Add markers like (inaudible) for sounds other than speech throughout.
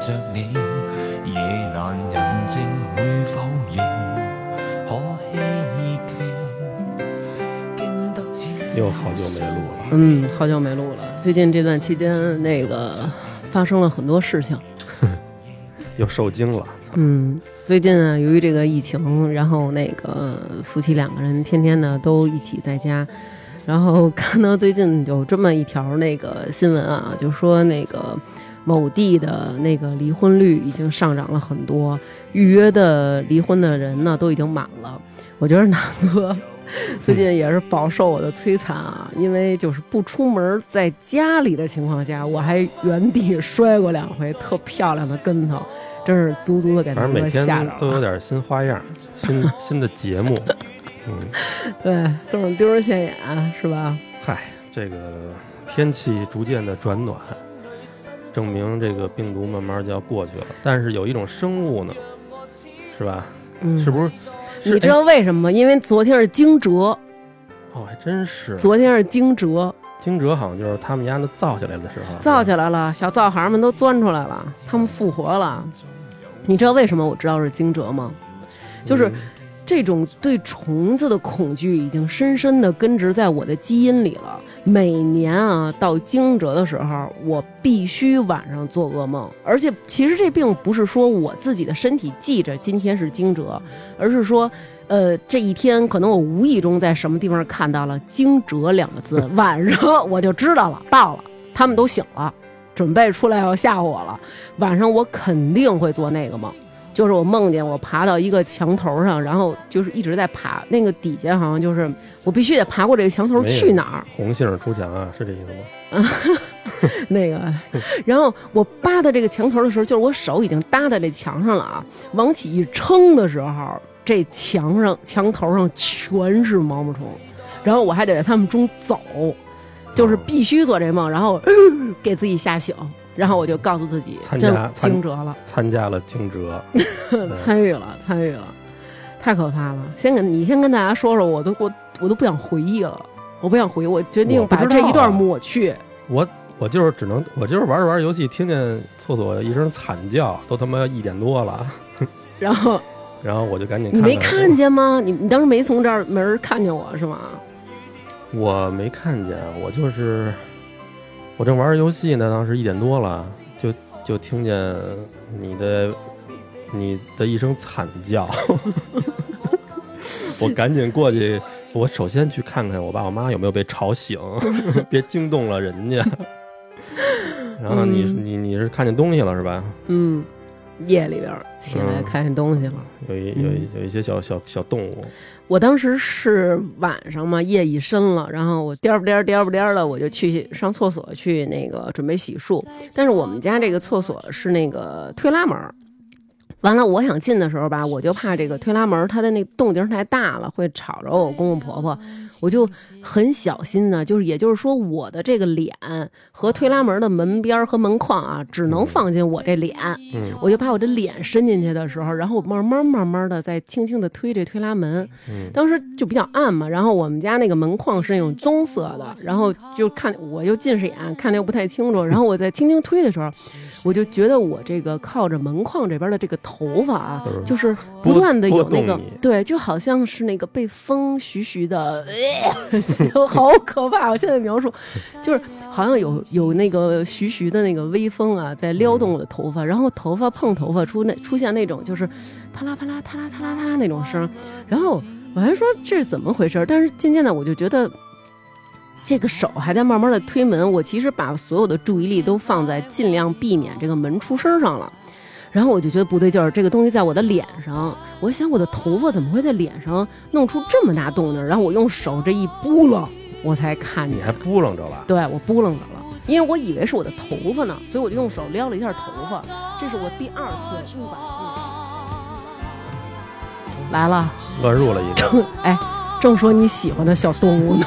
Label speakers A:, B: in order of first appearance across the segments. A: 着你，夜難人靜會否認？可希冀，經得起
B: 又好久没录了。
C: 嗯，好久没录了。最近这段期间，那个发生了很多事情。
B: 又受惊了，
C: 嗯，最近啊，由于这个疫情，然后那个夫妻两个人天天呢都一起在家，然后看到最近有这么一条那个新闻啊，就说那个某地的那个离婚率已经上涨了很多，预约的离婚的人呢都已经满了。我觉得南哥最近也是饱受我的摧残啊，因为就是不出门，在家里的情况下，我还原地摔过两回特漂亮的跟头，真是足足的给
B: 反正
C: 南哥
B: 每天
C: 哎吓着
B: 都有
C: 了。
B: 点新花样，
C: (laughs)
B: 新新的节目。嗯，
C: 对，各种丢人现眼是吧？
B: 嗨，这个天气逐渐的转暖，证明这个病毒慢慢就要过去了。但是有一种生物呢，是吧？
C: 嗯，
B: 是不是？是
C: 你知道为什么吗？因为昨天是惊蛰，
B: 哎哦，还真是。
C: 昨天是惊蛰，
B: 惊蛰好像就是他们家那造起来的时候，
C: 造起来了，小灶孩们都钻出来了，他们复活了。你知道为什么我知道是惊蛰吗？就是这种对虫子的恐惧已经深深地根植在我的基因里了。每年啊，到惊蛰的时候，我必须晚上做噩梦。而且，其实这并不是说我自己的身体记着今天是惊蛰，而是说。呃，这一天可能我无意中在什么地方看到了“惊蛰”两个字，晚上我就知道了，到了，他们都醒了，准备出来要吓唬我了。晚上我肯定会做那个梦。就是我梦见我爬到一个墙头上，然后就是一直在爬，那个底下好像就是我必须得爬过这个墙头
B: 没有
C: 去哪儿，
B: 红杏出墙啊，是这意思吗？(laughs)
C: 那个，然后我扒到这个墙头的时候，就是我手已经搭在这墙上了啊，往起一撑的时候，这墙上墙头上全是毛毛虫，然后我还得在它们中走，就是
B: 啊
C: 必须做这梦，然后、 (coughs) 呃给自己吓醒，然后我就告诉自己，
B: 参
C: 真
B: 加嗯参
C: 惊蛰了。 (laughs)
B: 参加了惊蛰，
C: 参与了，参与了，太可怕了！先跟你先跟大家说说，我都我我都不想回忆了，我不想回忆，我决定
B: 我不
C: 把
B: 知
C: 这
B: 道
C: 一段
B: 啊
C: 抹去。
B: 我我就是只能我就是玩着玩着游戏，听见厕所一声惨叫，都他妈一点多了，
C: 然后
B: 然后我就赶紧
C: 你没看
B: 看
C: 见吗？你你当时没从这儿没人看见我是吗？
B: 我，我没看见，我就是我正玩着游戏呢，当时一点多了，就就听见你的你的一声惨叫，我赶紧过去，我首先去看看我爸我妈有没有被吵醒，别惊动了人家。然后你、
C: 嗯
B: 你你是看见东西了是吧？
C: 嗯，夜里边儿起来
B: 嗯
C: 看见东西了。
B: 有一有一有一些小小小动物，
C: 我当时是晚上嘛，夜已深了，然后我颠儿不颠儿颠儿不颠儿的，我就去上厕所去那个准备洗漱。但是我们家这个厕所是那个推拉门儿，完了我想进的时候吧，我就怕这个推拉门儿它的那动静太大了，会吵着我公公婆婆，我就很小心的，就是也就是说我的这个脸和推拉门的门边儿和门框啊，只能放进我这脸。
B: 嗯，
C: 我就把我的脸伸进去的时候，然后我慢慢慢慢的再轻轻的推这推拉门，
B: 嗯
C: 当时就比较暗嘛，然后我们家那个门框是那种棕色的，然后就看我又近视眼，看的又不太清楚，然后我在轻轻推的时候，我就觉得我这个靠着门框这边的这个头发啊，
B: 嗯
C: 就是不断的有那
B: 拨
C: 个
B: 动你
C: 对，就好像是那个被风徐徐
B: (laughs)
C: 的，哎好可怕！我现在描述，就是好像有有那个徐徐的那个微风啊，在撩动我的头发，然后头发碰头发出那出现那种就是啪啦啪啦、啪啦啪啦啪啦那种声儿，然后我还说这是怎么回事儿，但是渐渐的我就觉得。这个手还在慢慢的推门，我其实把所有的注意力都放在尽量避免这个门出声儿上了，然后我就觉得不对劲儿，这个东西在我的脸上，我想我的头发怎么会在脸上弄出这么大动静儿？然后我用手这一拨楞，我才看
B: 你
C: 见
B: 还，扑棱着了，
C: 对我拨楞着了，因为我以为是我的头发呢，所以我就用手撩了一下头发，这是我第二次误把自己来了。
B: 乱入了一个。
C: 哎，正说你喜欢的小动物呢，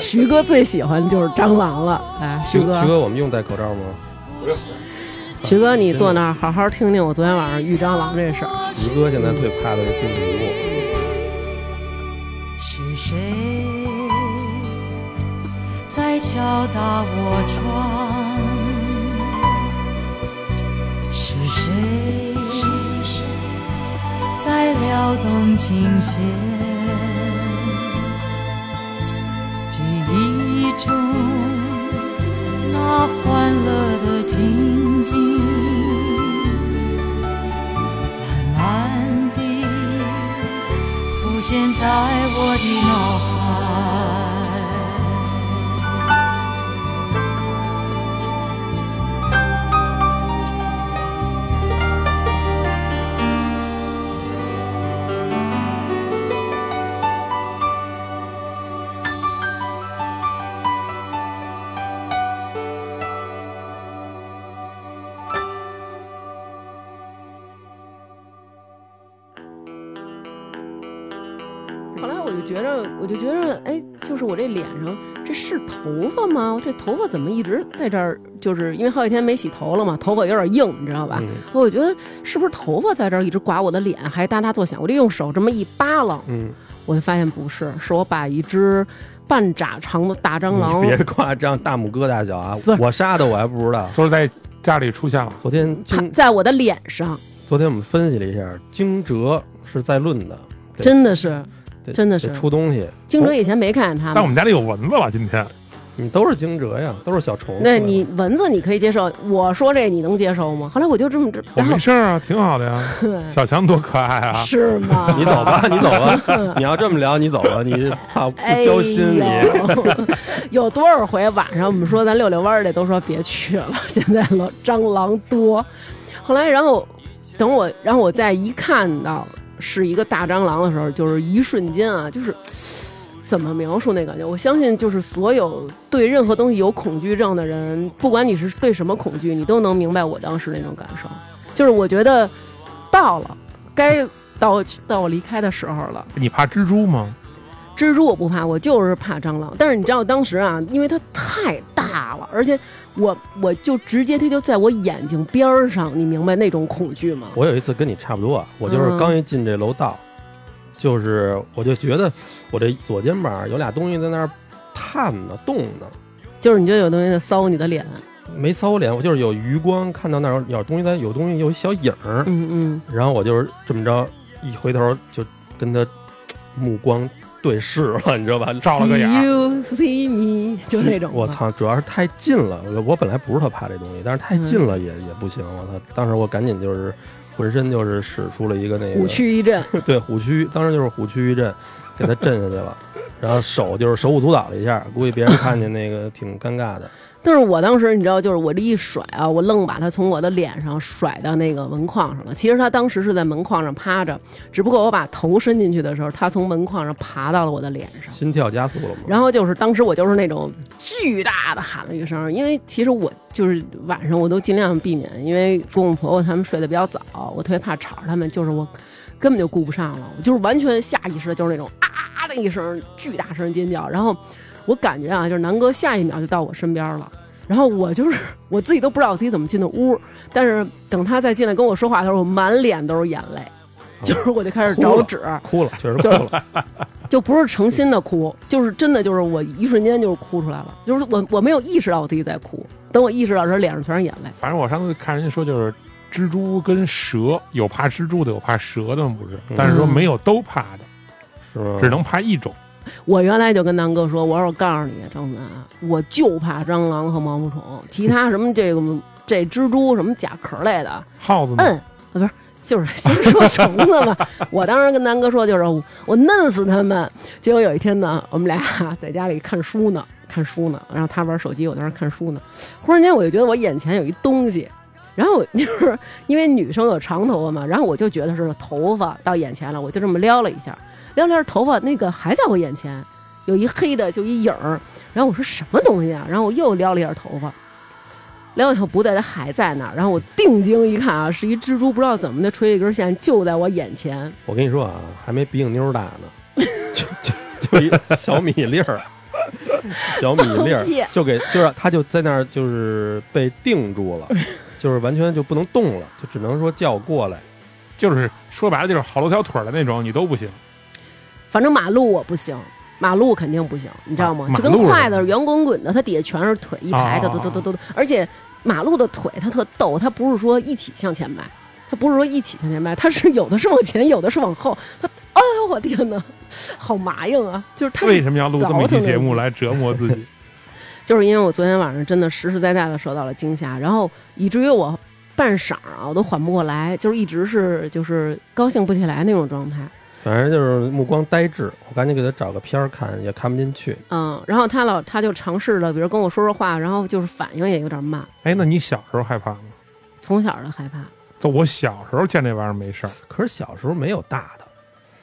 C: 徐哥最喜欢就是蟑螂了。哎，
B: 徐
C: 徐哥，
B: 徐哥，我们用戴口罩吗？
C: 徐哥你坐那儿好好听听我昨天晚上遇蟑螂这事儿。
B: 徐哥现在最怕的是病毒。
D: 是谁在敲打我窗？是谁在撩动琴弦？记忆中那欢乐的情景，慢慢地浮现在我的脑海。
C: 后来我就觉着，我就觉着，哎，就是我这脸上这是头发吗？我这头发怎么一直在这儿？就是因为好几天没洗头了嘛，头发有点硬，你知道吧？
B: 嗯
C: 我觉得是不是头发在这儿一直刮我的脸，还哒哒作响？我就用手这么一扒拉，
B: 嗯，
C: 我就发现不是，是我把一只半拃长的大蟑螂
B: 你别夸张，大拇哥大小啊
C: 不，是
B: 我杀的我还不知道。
E: 就是在家里出现了。
B: 昨天
C: 趴
B: 惊，
C: 在我的脸上，
B: 昨天我们分析了一下，惊蛰是在论的，对
C: 真的是，
B: 对
C: 真的
B: 得
C: 是。
B: 出东西，
C: 惊蛰以前没看见它
E: 但我
C: 吗？
E: 们家里有蚊子了，今天
B: 你都是惊蛰呀，都是小虫子。
C: 那你蚊子你可以接受，我说这你能接受吗？后来我就这么着，
E: 我
C: 然后
E: 没事儿啊，挺好的呀。小强多可爱啊！
C: 是吗？
B: (laughs) 你走吧，你走
C: (laughs)
B: 吧，你要这么聊，你走吧，你操不
C: 哎
B: 交心你。
C: 呦 (laughs) 有多少回晚上我们说咱遛遛弯儿的都说别去了，现在老蟑螂多。后来，然后等我，然后我再一看到是一个大蟑螂的时候，就是一瞬间啊，就是怎么描述那感觉？我相信，就是所有对任何东西有恐惧症的人，不管你是对什么恐惧，你都能明白我当时那种感受。就是我觉得到了该到到我离开的时候了。
E: 你怕蜘蛛吗？
C: 蜘蛛我不怕，我就是怕蟑螂。但是你知道当时啊，因为它太大了，而且我我就直接它就在我眼睛边儿上，你明白那种恐惧吗？
B: 我有一次跟你差不多啊，我就是
C: 嗯
B: 刚一进这楼道，就是我就觉得我这左肩膀有俩东西在那儿探呢、动呢，
C: 就是你觉得有东西在搔你的脸，
B: 没搔脸，我就是有余光看到那儿有东西在，有东西有一小影儿，
C: 嗯嗯，
B: 然后我就是这么着一回头就跟他目光对视了，你知道吧？
E: 照了个眼
C: See
E: 儿，
C: you see me，就 (laughs) 那种。
B: 我！操，主要是太近了。我我本来不是特怕这东西，但是太近
C: 嗯
B: 了也、也不行。我操，当时我赶紧就是浑身就是使出了一个那个
C: 虎躯一震，
B: (laughs) 对虎躯，当时就是虎躯一震，给他震下去
C: (laughs)
B: 了。然后手就是手舞足蹈了一下，估计别人看见那个挺尴尬的。
C: 但是我当时你知道，就是我这一甩啊，我愣把它从我的脸上甩到那个门框上了。其实它当时是在门框上趴着，只不过我把头伸进去的时候，它从门框上爬到了我的脸上。
B: 心跳加速了嘛？
C: 然后就是当时我就是那种巨大的喊了一声，因为其实我就是晚上我都尽量避免，因为公公婆婆他们睡得比较早，我特别怕吵着他们，就是我根本就顾不上了，我就是完全下意识的就是那种啊啊啊的一声巨大声尖叫，然后我感觉啊，就是南哥下一秒就到我身边了。然后我就是我自己都不知道我自己怎么进的屋，但是等他再进来跟我说话的时候，我满脸都是眼泪，就是我就开始
B: 哭
C: 找
B: 了
C: 纸，
B: 哭了，确实哭
C: 就是
B: 了。
C: 就不是诚心的哭，就是真的就是我一瞬间就是哭出来了，就是我我没有意识到我自己在哭，等我意识到的时候脸上全是眼泪。
E: 反正我上次看人家说就是。蜘蛛跟蛇有怕蜘蛛的，有怕蛇的吗？不是，但是说没有都怕的，
B: 是吗？
E: 只能怕一种。
C: 我原来就跟南哥说，我说我告诉你，张楠，我就怕蟑螂和毛毛虫，其他什么这个这蜘蛛什么甲壳类的，
E: 耗子呢？
C: 嗯，啊不是，就是 (laughs) 先说虫子嘛。我当时跟南哥说，就是我我弄死他们。结果有一天呢，我们俩在家里看书呢，看书呢，然后他玩手机，我在那儿看书呢。忽然间，我就觉得我眼前有一东西。然后我 (laughs) 就是因为女生有长头发嘛，然后我就觉得是头发到眼前了，我就这么撩了一下，撩了一下头发，那个还在我眼前，有一黑的，就一影儿。然后我说什么东西啊？然后我又撩了一下头发，撩完以后不对，它还在那儿。然后我定睛一看啊，是一蜘蛛，不知道怎么的垂了一根线，就在我眼前。
B: 我跟你说啊，还没鼻影妞大呢，
C: (laughs)
B: 就就就一小米粒儿，小米粒儿
C: 放屁
B: 就给就是他就在那儿就是被定住
C: (laughs)
B: 了，就是完全就不能动了，就只能说叫我过来。
E: 就是说白了就是好多条腿儿的那种，你都不行。
C: 反正马路我不行，马路肯定不行，你知道吗？
E: 啊
C: 就跟
E: 马路
C: 筷子圆滚滚的，它底下全是腿，一排的，
E: 啊
C: 嘟嘟嘟嘟嘟。而且马路的腿它特逗，它不是说一起向前迈，它不是说一起向前迈，它是有的是往前，有的是往后。它，哎呦我天哪，好麻硬啊！就是它
E: 为
C: 是，
E: 什么要录这么一期节目来折磨自己？
C: 就是因为我昨天晚上真的实实在在的受到了惊吓，然后以至于我半晌啊我都缓不过来，就是一直是就是高兴不起来那种状态。
B: 反正就是目光呆滞。我赶紧给他找个片儿看，也看不进去。
C: 嗯，然后他老他就尝试了，比如跟我说说话，然后就是反应也有点慢，
E: 哎，那你小时候害怕吗？
C: 从小就害怕。
E: 就我小时候见这玩意儿没事儿，
B: 可是小时候没有大的，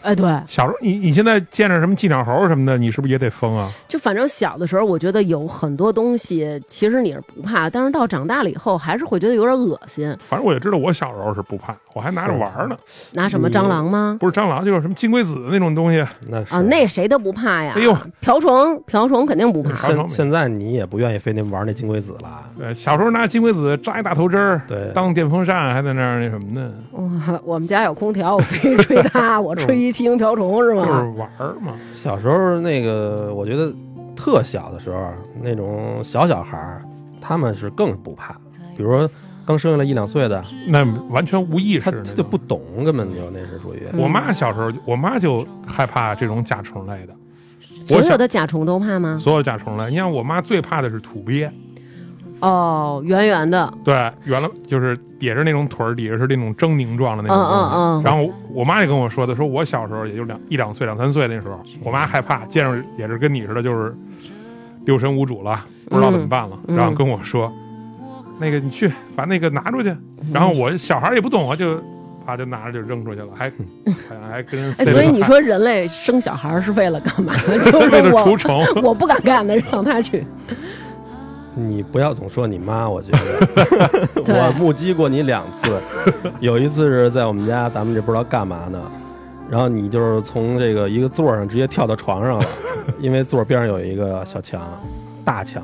C: 哎，对，
E: 小时候你你现在见着什么寄鸟猴什么的，你是不是也得疯啊？
C: 就反正小的时候，我觉得有很多东西其实你是不怕，但是到长大了以后，还是会觉得有点恶心。
E: 反正我就知道我小时候是不怕，我还拿着玩
C: 嗯
E: 儿呢，
C: 拿
E: 嗯
C: 什么蟑螂吗？
E: 不是蟑螂就是什么金龟子那种东西，
B: 那是
C: 啊，那谁都不怕呀！
E: 哎呦，
C: 瓢虫，瓢虫肯定不怕。
E: 啥都
B: 现
E: 没
B: 现在你也不愿意非得玩那金龟子了。
E: 呃，小时候拿金龟子扎一大头针儿，
B: 对
E: 当电风扇还在那儿那什么呢，
C: 哇，我们家有空调，我非吹
E: (laughs)
C: 它，我吹一七星瓢虫是
E: 就
C: 吗？
E: 是玩儿嘛。
B: 小时候那个，我觉得特小的时候，那种小小孩儿，他们是更不怕。比如说刚生下来一两岁的，
E: 那完全无意识
B: 他
E: 那
B: 他
E: 种，
B: 就不懂，根本就那是属于。
E: 我妈小时候就，我妈就害怕这种甲虫类的，
C: 所
E: 我
C: 有
E: 小
C: 的甲虫都怕吗？
E: 所有甲虫类。你看，我妈最怕的是土鳖，嗯
C: 哦，圆圆的，
E: 对，原来就是也是那种腿儿底下是那种狰狞状的
C: 嗯
E: 那种东西。
C: 嗯嗯，
E: 然后我妈就跟我说的，说我小时候也就两一两岁、两三岁那时候，我妈害怕，见着也是跟你似的，就是六神无主了，不知道怎么办了，
C: 嗯嗯
E: 然后跟我说，那个你去把那个拿出去。
C: 嗯
E: 然后我小孩儿也不懂啊，就啪就拿着就扔出去了，
C: (laughs)
E: 还还还跟人
C: 哎，
E: 塞
C: 所以
E: 了
C: 你
E: (laughs) 汗
C: 说人类生小孩是为了干
E: (laughs)
C: 嘛？就是
E: 为了除
C: 我，
E: 虫。 (laughs)
C: 我不敢干的，让他去。
B: 你不要总说你妈，我觉得
E: (laughs)
C: 对
B: 我目击过你两次，有一次是在我们家，咱们这不知道干嘛呢，然后你就是从这个一个座儿上直接跳到床
E: (laughs)
B: 上了，因为座儿边上有一个小墙，大墙，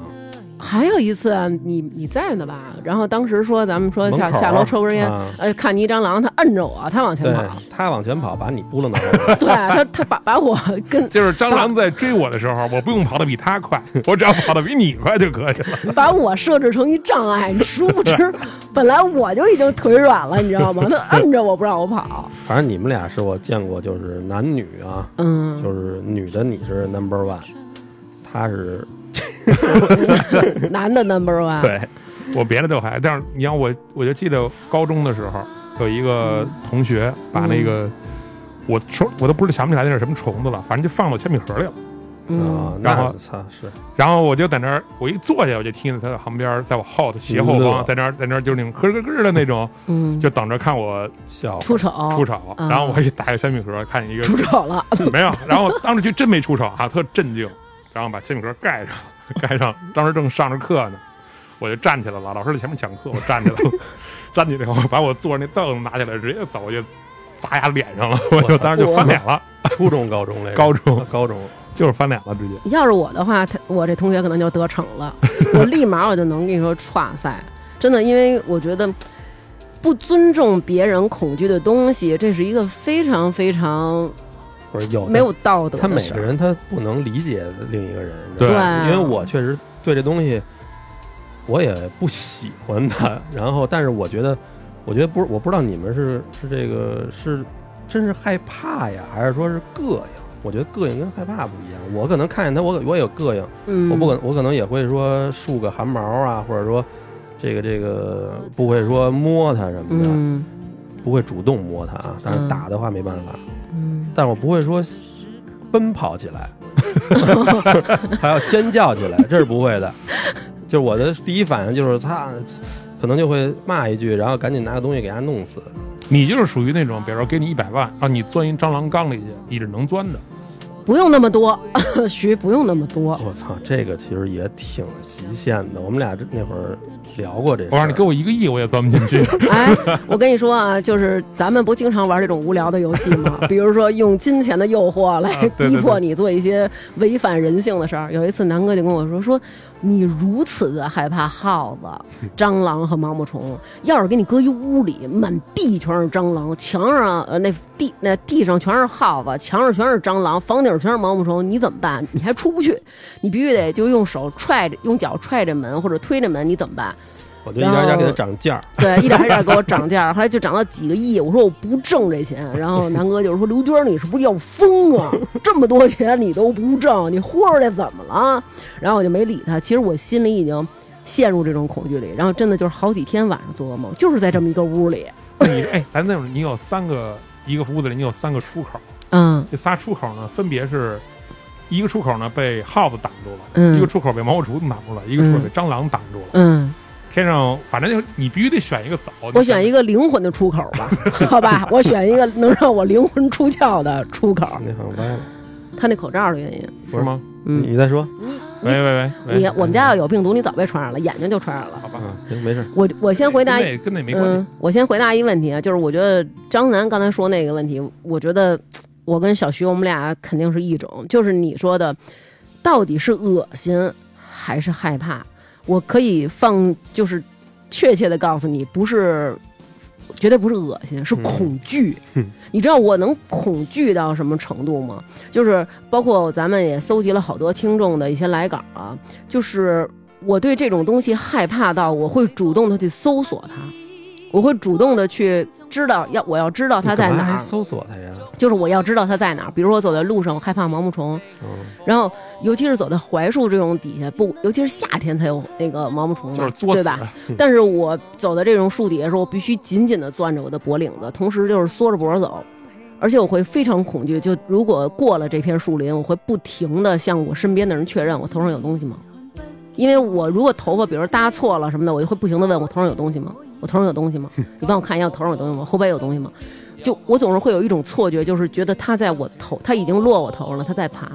C: 还有一次啊，你你在呢吧？然后当时说咱们说下、
B: 门口啊
C: 下楼抽根烟，
B: 啊
C: 哎，看你一蟑螂，他摁着我，他往前
B: 对
C: 跑，
B: 他往前跑，把你扑棱到了，
C: 对他他把把我跟
E: 就是蟑螂在追我的时候，我不用跑得比它快，我只要跑得比你快就可以了。
C: 把我设置成一障碍，你殊不知，
E: (laughs)
C: 本来我就已经腿软了，你知道吗？他摁着我不让我跑，
B: 反正你们俩是我见过，就是男女啊，
C: 嗯，
B: 就是女的你是 number one，他是
C: (laughs) 男的 number one，，
B: 对，
E: 我别的都还，但是你要我，我就记得高中的时候有一个同学把那个。
C: 嗯
E: 我虫我都不是想不起来那是什么虫子了，反正就放到铅笔盒里了。
C: 嗯
B: 啊，
E: 然后
B: 那操是
E: 然后我就在那儿，我一坐下我就听见他在旁边，在我后头斜后
B: 乐
E: 方，在那儿在那儿就是那种咯咯咯的那种，
C: 嗯，
E: 就等着看我
B: 笑话
C: 出丑，
E: 出丑。
C: 啊
E: 然后我一打开铅笔盒，看见一
C: (laughs)
E: 个
C: 出丑了， (laughs)
E: (laughs) 没有，然后当时就真没出手啊，特镇静，然后把铅笔盒盖上，盖上。当时正上着课呢，我就站起来了，老师在前面讲课，我站起来了， (laughs) 站起来以后把我坐着那凳子拿起来，直接走过去砸牙脸上了，我就当时就翻脸了，
B: 初中高中那个
E: 高中
B: 高中。
E: 就是翻脸了，直接。
C: 要是我的话，他我这同学可能就得逞
B: (laughs)
C: 了，我立马我就能跟你说歘塞，真的，因为我觉得不尊重别人恐惧的东西，这是一个非常非常
B: 不是有的
C: 没有道德
B: 他
C: 的
B: 每
C: 事
B: 个
C: 儿。
B: 人他不能理解另一个人，你知
E: 对
B: 道
C: 对
B: 吗
C: 啊，
B: 因为我确实对这东西我也不喜欢它，然后但是我觉得，我觉得不是，我不知道你们是是这个是真是害怕呀，还是说是膈应？我觉得膈应跟害怕不一样，我可能看见它，我我也有膈应，
C: 嗯，
B: 我不可我可能也会说竖个汗毛啊，或者说这个这个不会说摸它什么的，
C: 嗯
B: 不会主动摸它啊，但
C: 嗯
B: 是打的话没办法。
C: 嗯，
B: 但我不会说奔跑起来， (laughs) 还要尖叫起来，这是不会的。就是我的第一反应就是他，可能就会骂一句，然后赶紧拿个东西给他弄死。
E: 你就是属于那种，比如说给你一百万，让你钻一蟑螂缸里去，你是能钻的。
C: 不用那么多， (laughs) 徐不用那么多。
B: 我操，这个其实也挺极限的。我们俩这那会儿聊过这事
E: 我让
B: 儿，
E: 你给我一个亿，我也钻不进去。 (laughs)
C: 哎，我跟你说啊，就是咱们不经常玩这种无聊的游戏
E: (laughs)
C: 吗？比如说用金钱的诱惑
E: 啊
C: 来
E: 对对
C: 逼迫你做一些违反人性的事儿。有一次，南哥就跟我说：“说你如此的害怕耗
E: (laughs)
C: 子、蟑螂和毛毛虫，要是给你搁一屋里，满地全是蟑螂，墙上呃那地那地上全是耗子，墙上全是蟑螂，房顶上全是毛毛虫，你怎么办？你还出不去，你必须得就用手踹着，用脚踹着门或者推着门，你怎么办？”
B: 我就一点一点给它涨价儿。
C: (laughs) 对，一点一点给我涨价，后来就涨到几个亿。我说我不挣这钱，然后南哥就是说刘娟，你是不是要疯啊？这么多钱你都不挣，你豁出来怎么了？然后我就没理他。其实我心里已经陷入这种恐惧里，然后真的就是好几天晚上做噩梦，就是在这么一个屋里。
E: 那你哎，咱那会儿你有三个，一个屋子里你有三个出口，
C: 嗯
E: 这仨出口呢，分别是一个出口呢被耗子挡住了，
C: 嗯
E: 一个出口被毛毛虫挡住了，一个出口被蟑螂挡住了。
C: 嗯，
E: 天上反正就是你必须得选一个走，
C: 我选一
E: 个。
C: 个灵魂的出口吧， (laughs) 好吧，我选一个能让我灵魂出窍的出口。
B: 那好像歪了，
C: 他那口罩的原因，
E: 是吗？
B: 你
C: 嗯，
B: 你再说，
E: 喂喂喂，嗯
C: 你我们家要有病毒，你早被传染了，眼睛就传染了。
E: 好吧，
B: 啊，行，没事儿，
C: 我我先回答
E: 跟那跟那没关系
C: 嗯。，我先回答一个问题啊，就是我觉得张楠刚才说那个问题，我觉得我跟小徐我们俩肯定是一种，就是你说的，到底是恶心还是害怕？我可以放，就是确切的告诉你，不是，绝对不是恶心，是恐惧。
B: 嗯
C: 你知道我能恐惧到什么程度吗？就是包括咱们也搜集了好多听众的一些来稿啊，就是我对这种东西害怕到我会主动的去搜索它，我会主动的去知道要我要知道它在
B: 你干嘛
C: 哪
B: 还
C: 儿，
B: 搜索它呀？
C: 就是我要知道它在哪儿。比如说我走在路上，我害怕毛毛虫，
B: 嗯，
C: 然后尤其是走在槐树这种底下，不，尤其是夏天才有那个毛毛虫嘛，
E: 就是作
C: 对
E: 死，啊
C: 吧？但是我走在这种树底下的时候，我必须紧紧地攥着我的脖领子，同时就是缩着脖走，而且我会非常恐惧。就如果过了这片树林，我会不停地向我身边的人确认我头上有东西吗？因为我如果头发比如搭错了什么的，我就会不停地问我头上有东西吗？我头上有东西吗？你帮我看一下我头上有东西吗？后背有东西吗？就我总是会有一种错觉，就是觉得它在我头，它已经落我头上了，它在爬。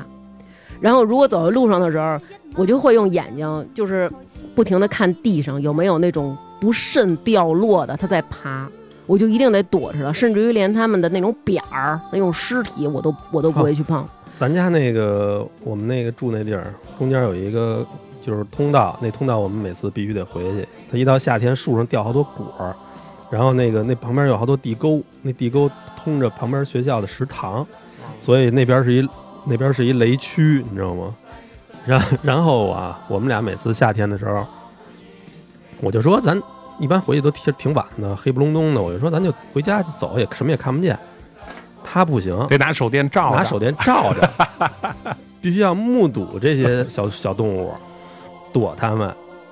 C: 然后如果走在路上的时候，我就会用眼睛就是不停的看地上有没有那种不慎掉落的，它在爬，我就一定得躲着它，甚至于连他们的那种匾儿、那种尸体，我都我都不
E: 哦
C: 会去碰。
B: 咱家那个我们那个住那地儿，中间有一个就是通道，那通道我们每次必须得回去。它一到夏天，树上掉好多果儿，然后那个那旁边有好多地沟，那地沟通着旁边学校的食堂，所以那边是一那边是一雷区，你知道吗？然然后啊，我们俩每次夏天的时候，我就说咱一般回去都挺挺晚的，黑不隆咚的，我就说咱就回家就走，也什么也看不见。他不行，
E: 得拿手电照着，
B: 拿手电照
E: (laughs)
B: 着，必须要目睹这些小小动物，躲它们。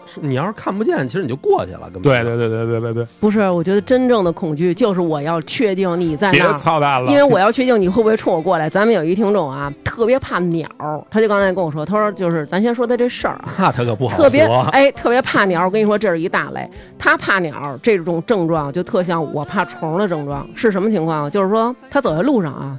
B: 是你要是看不见，其实你就过去了，根本
E: 对。对对对对对对，
C: 不是，我觉得真正的恐惧就是我要确定你在
E: 别
C: 哪儿。
E: 操蛋了，
C: 哎因为我要确定你会不会冲我过来。咱们有一听众啊，特别怕鸟，他就刚才跟我说，他说就是咱先说他这事儿啊，
B: 那它可不好
C: 特别
B: 活。
C: 哎，特别怕鸟。我跟你说，这是一大类。他怕鸟这种症状，就特像我怕虫的症状。是什么情况？就是说他走在路上啊，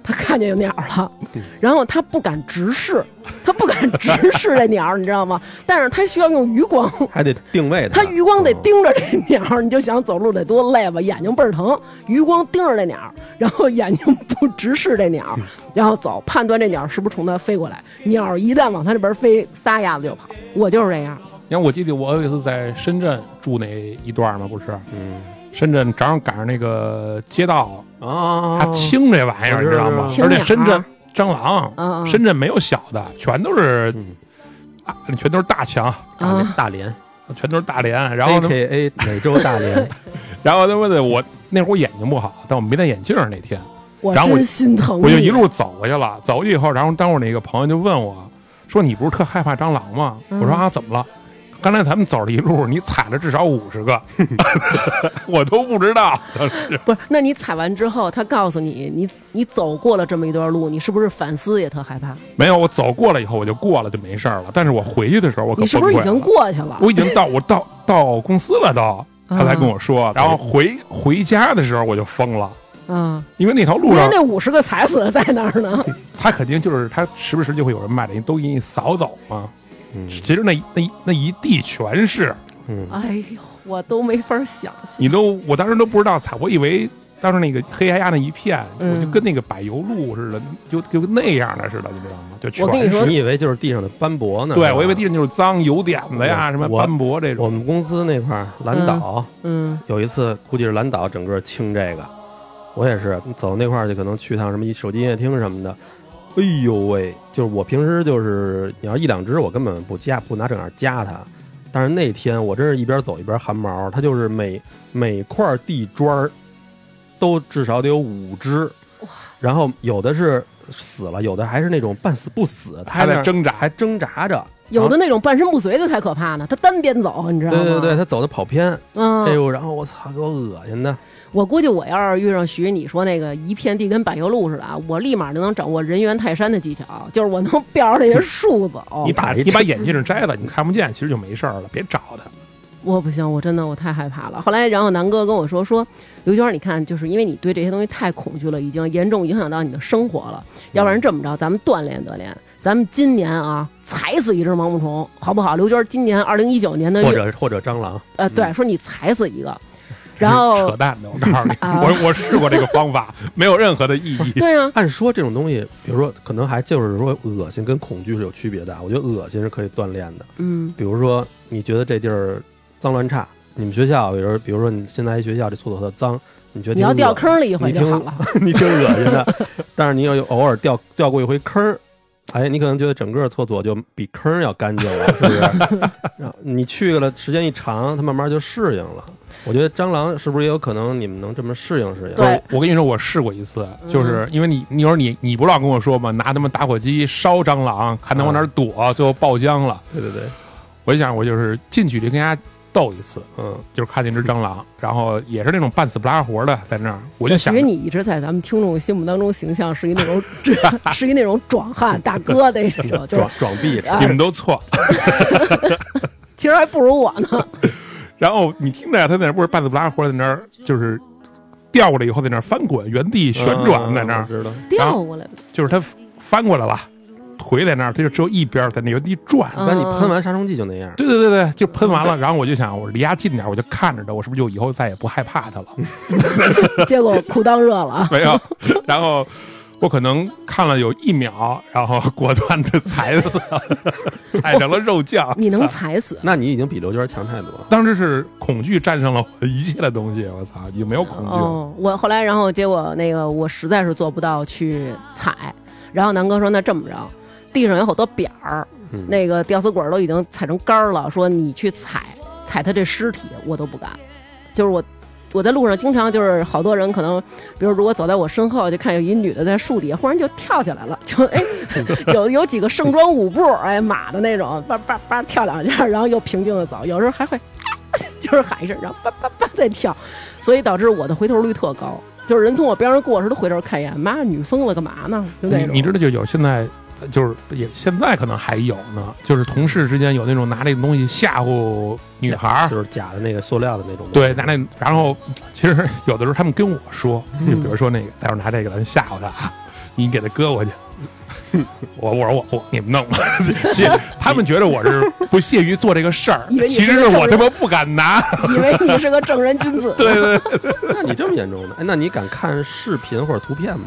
C: 他看见有鸟了，
B: 嗯
C: 然后他不敢直视，他不敢直视这鸟，你知道吗？但是他需要用余光。
B: 还得定位
C: 他
B: 它。
C: 余光得
B: 嗯。
C: 盯着这鸟，你就想走路得多累吧，眼睛倍儿疼。余光盯着这鸟，然后眼睛不直视这鸟，
B: 嗯
C: 然后走，判断这鸟是不是冲他飞过来。鸟一旦往他这边飞，撒丫子就跑。我就是这样，
E: 因为我记得我有一次在深圳住那一段嘛，不是，
B: 嗯
E: 深圳正好赶上那个街道，
B: 啊，
E: 它清这玩意儿，
B: 我
E: 你
B: 知
E: 知
B: 道
E: 道吗
B: 我？
C: 哦知道
E: 而且深圳蟑
C: 嗯
E: 螂，
C: 嗯
E: 深圳没有小的，全都是
B: 嗯
E: 啊，全都是大强，
B: 大连
C: 啊
B: 大连
E: 全都是大连，然后
B: ，A
E: 呢，
B: K A 美洲大
C: (laughs)
B: 连，
E: 然后他妈的我那会儿我眼睛不好，但我没戴眼镜儿那天，
C: 我
E: 然后我
C: 真心疼你。
E: 我就一路走过去了，走过去以后，然后当我那个朋友就问我说：“你不是特害怕蟑螂吗？”
C: 嗯
E: 我说：“啊，怎么了？”刚才咱们走了一路，你踩了至少五
C: (laughs)
E: 十个，我都不知道。
C: 不是，那你踩完之后，他告诉你，你你走过了这么一段路，你是不是反思也特害怕？
E: 没有，我走过了以后我就过了，就没事儿了。但是我回去的时候，我可
C: 你是不是
E: 崩
C: 已
E: 溃了
C: 经？过去了？
E: 我已经到我到到公司了都，他才跟我说。然后回回家的时候我就疯了，
C: 啊，
E: 因为那条路
C: 因为
E: 上
C: 那五十个踩死的在那儿呢。
E: 他肯定就是他时不时就会有人卖的，都给你扫走嘛。
B: 嗯
E: 其实那那那一地全是。
B: 嗯，
C: 哎呦，我都没法想象。
E: 你都我当时都不知道踩，我以为当时那个黑压压那一片，
C: 嗯
E: 我就跟那个柏油路似的，就就跟那样的似的，你知道吗？就全
C: 我跟你
E: 是
C: 说
B: 你以为就是地上的斑驳呢？
E: 对
B: 是吧
E: 我以为地上就是脏油点子呀，
B: 我
E: 什么斑驳这
B: 我
E: 种。
B: 们公司那块儿蓝岛
C: 嗯
B: 有一次，估计是蓝岛整个清这个，我也是走那块儿去，可能去趟什么手机音乐厅什么的。哎呦喂，就是我平时就是你要一两只，我根本不夹，不拿正眼夹它。但是那天我真是一边走一边汗毛，它就是每每块地砖儿都至少得有五只，然后有的是死了，有的还是那种半死不死，它
E: 还在
B: 那儿
E: 挣扎
B: 还挣扎着。
C: 有的那种半身不遂的才可怕呢，他单边走，你知道吗？
B: 对对对，，它走的跑偏，哎
C: 嗯，
B: 呦，然后我操，给我恶心的。
C: 我估计我要是遇上徐你说那个一片地跟柏油路似的啊，我立马就能掌握人猿泰山的技巧，就是我能 (laughs) 标着那些树走
E: 你。把
B: 我看一
E: 你把眼镜摘了，你看不见，其实就没事儿了，别找他。
C: 我不行，我真的我太害怕了。后来，然后南哥跟我说说，刘娟，你看，就是因为你对这些东西太恐惧了，已经严重影响到你的生活了。要不然这么着，咱们锻炼锻炼，咱们今年啊踩死一只毛毛虫，好不好？刘娟今年二零一九年的
B: 或
C: 月，
B: 者或者蟑螂，
C: 呃，对，说你踩死一个，然后
E: 扯淡的，我告诉你，
C: 啊
E: 我我试过这个方法，没有任何的意义。
C: 对啊，
B: 按说这种东西，比如说可能还就是说恶心跟恐惧是有区别的啊。我觉得恶心是可以锻炼的，
C: 嗯
B: 比如说你觉得这地儿脏乱差，你们学校比如比如说你现在一学校这厕所特脏，你觉得
C: 你要
B: 挺
C: 掉
B: 恶
C: 坑里一回就好了。
B: 你挺恶心的， (laughs) 但是你要有偶尔掉掉过一回坑儿，哎，你可能觉得整个厕所就比坑儿要干净了，是不 (laughs) 是？然后你去了时间一长，它慢慢就适应了。我觉得蟑螂是不是也有可能你们能这么适应适应？
C: 对嗯
E: 我跟你说，我试过一次，就是因为你，你说你你不老跟我说嘛，拿他们打火机烧蟑螂，还能往哪儿
C: 嗯
E: 躲，最后爆浆了。
B: 对对对， (laughs)
E: 我就想，我就是近距离跟人家斗一次，
B: 嗯，
E: 就是看见只蟑螂，然后也是那种半死不拉活的在那儿，我就
C: 其
E: 想
C: 实你一直在咱们听众心目当中形象是一那种是一那种壮汉大哥的那种，就是
E: (laughs)
B: 装装逼
C: 啊
E: 你们都错。 (laughs)
C: 其实还不如我呢。
E: 然后你听着，他在那儿不是半死不拉活在那儿，就是掉过来以后在那儿翻滚，原地旋转在那
B: 嗯
E: 儿，
B: 知道。
C: 掉过来了，
E: 就是他翻过来了，腿在那儿，他就只有一边儿在那原地转。
C: 嗯
B: 但你喷完杀虫剂就那样，
E: 对对对对，就喷完了，然后我就想，我离它近点儿，我就看着它，我是不是就以后再也不害怕它了？
C: 嗯结果裤裆热了啊。
E: (laughs) 没有，然后我可能看了有一秒，然后果断的踩死了， (laughs) 踩啊成了肉酱。
C: 你能
E: 操
C: 踩死，
B: 那你已经比刘娟强太多了。
E: 当时是恐惧战胜了我的一切的东西，我操，已经没有恐惧了。
C: 哦，我后来然后结果那个我实在是做不到去踩，然后南哥说那这么着，地上有好多扁儿，
B: 嗯
C: 那个吊死鬼儿都已经踩成干儿了，说你去踩踩他这尸体，我都不敢，就是我。我在路上经常就是好多人可能，比如如果走在我身后，就看有一女的在树底下忽然就跳起来了，就 (laughs)
E: (laughs)
C: 哎，有有几个盛装舞步，哎马的那种，叭叭叭跳两下，然后又平静的走，有时候还会 (laughs) 就是喊一声，然后叭叭叭再跳，所以导致我的回头率特高，就是人从我边上过时都回头看一眼，妈，女疯了干嘛呢？就那
E: 你
C: 种，
E: 你知道就有现在。就是也现在可能还有呢，就是同事之间有那种拿这个东西吓唬女孩儿，
B: 就是假的那个塑料的那种东西。
E: 啊对，拿那，然后其实 (laughs) 有的时候他们跟我说，就
C: 嗯
E: 比如说那个，待会儿拿这个咱吓唬他啊，你给他
C: (laughs)
E: 搁过去。我我说我我你们弄吧，其实他们觉得我是不屑于做这个事儿，
C: 以为你
E: 其
C: 是
E: 实
C: 个
E: 是我
C: 正
E: 他
C: 人
E: 妈不敢拿。 (laughs)
C: (laughs) 以为你是个正人君子。
E: 对对，对
B: 那你这么严重的，哎，那你敢看视频或者图片
E: (laughs)
B: 吗？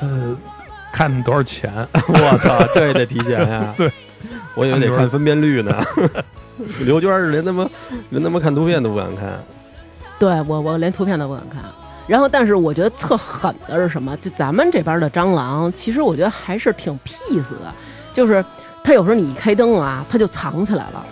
E: 呃，看多少钱？
B: 我操，这也得提前呀！
E: (laughs) 对，
B: 我以为得看分辨率呢。 (laughs) 刘娟是连他妈连他妈看图片都不敢看，
C: 对我我连图片都不敢看。然后，但是我觉得特狠的是什么？就咱们这边的蟑螂，其实我觉得还是挺 peace 的，就是它有时候你一开灯啊，它就藏起来了，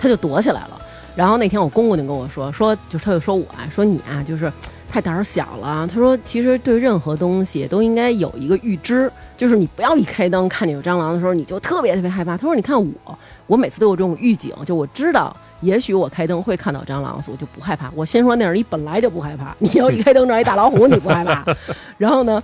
C: 它就躲起来了。然后那天我公公就跟我说，说就是他就说我啊，说你啊，就是太胆儿小啊了。他说其实对任何东西都应该有一个预知，就是你不要一开灯看见有蟑螂的时候你就特别特别害怕。他说你看我，我每次都有这种预警，就我知道也许我开灯会看到蟑螂，所以我就不害怕。我先说那样，你本来就不害怕， (laughs) 你要一开灯这儿一大老虎，你不害怕。然后呢，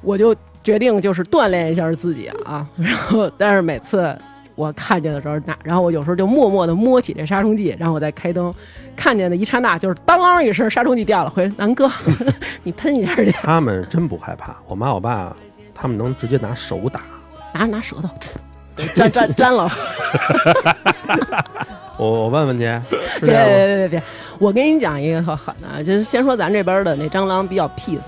C: 我就决定就是锻炼一下自己啊。 (laughs) 然后，但是每次我看见的时候，那然后我有时候就默默的摸起这杀虫剂，然后我再开灯，看见的一刹那就是当啷一声，杀虫剂掉了。回来南哥， (laughs) 你喷一下去，
B: 他们真不害怕。我妈我爸他们能直接拿手打。
C: 拿拿舌头。 (laughs) 粘粘粘了！
B: 我我问问你，是这
C: 别别
B: 样吗？
C: 别别别！我跟你讲一个特狠的啊，就是先说咱这边的那蟑螂比较 peace。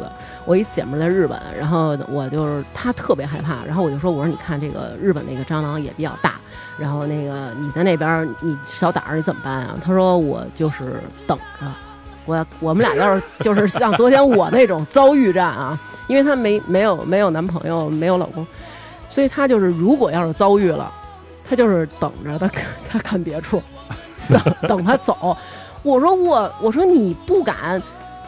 C: 我一姐们儿在日本，然后我就是她特别害怕，然后我就说我说你看这个日本那个蟑螂也比较大，然后那个你在那边儿你小胆儿你怎么办啊？她说我就是等着，我我们俩要是就是像 (laughs) 昨天我那种遭遇战啊，因为她没没有没有男朋友没有老公， (laughs) 所以她就是如果要是遭遇了，她就是等着她她看别处，等等他走。我说我我说你不敢，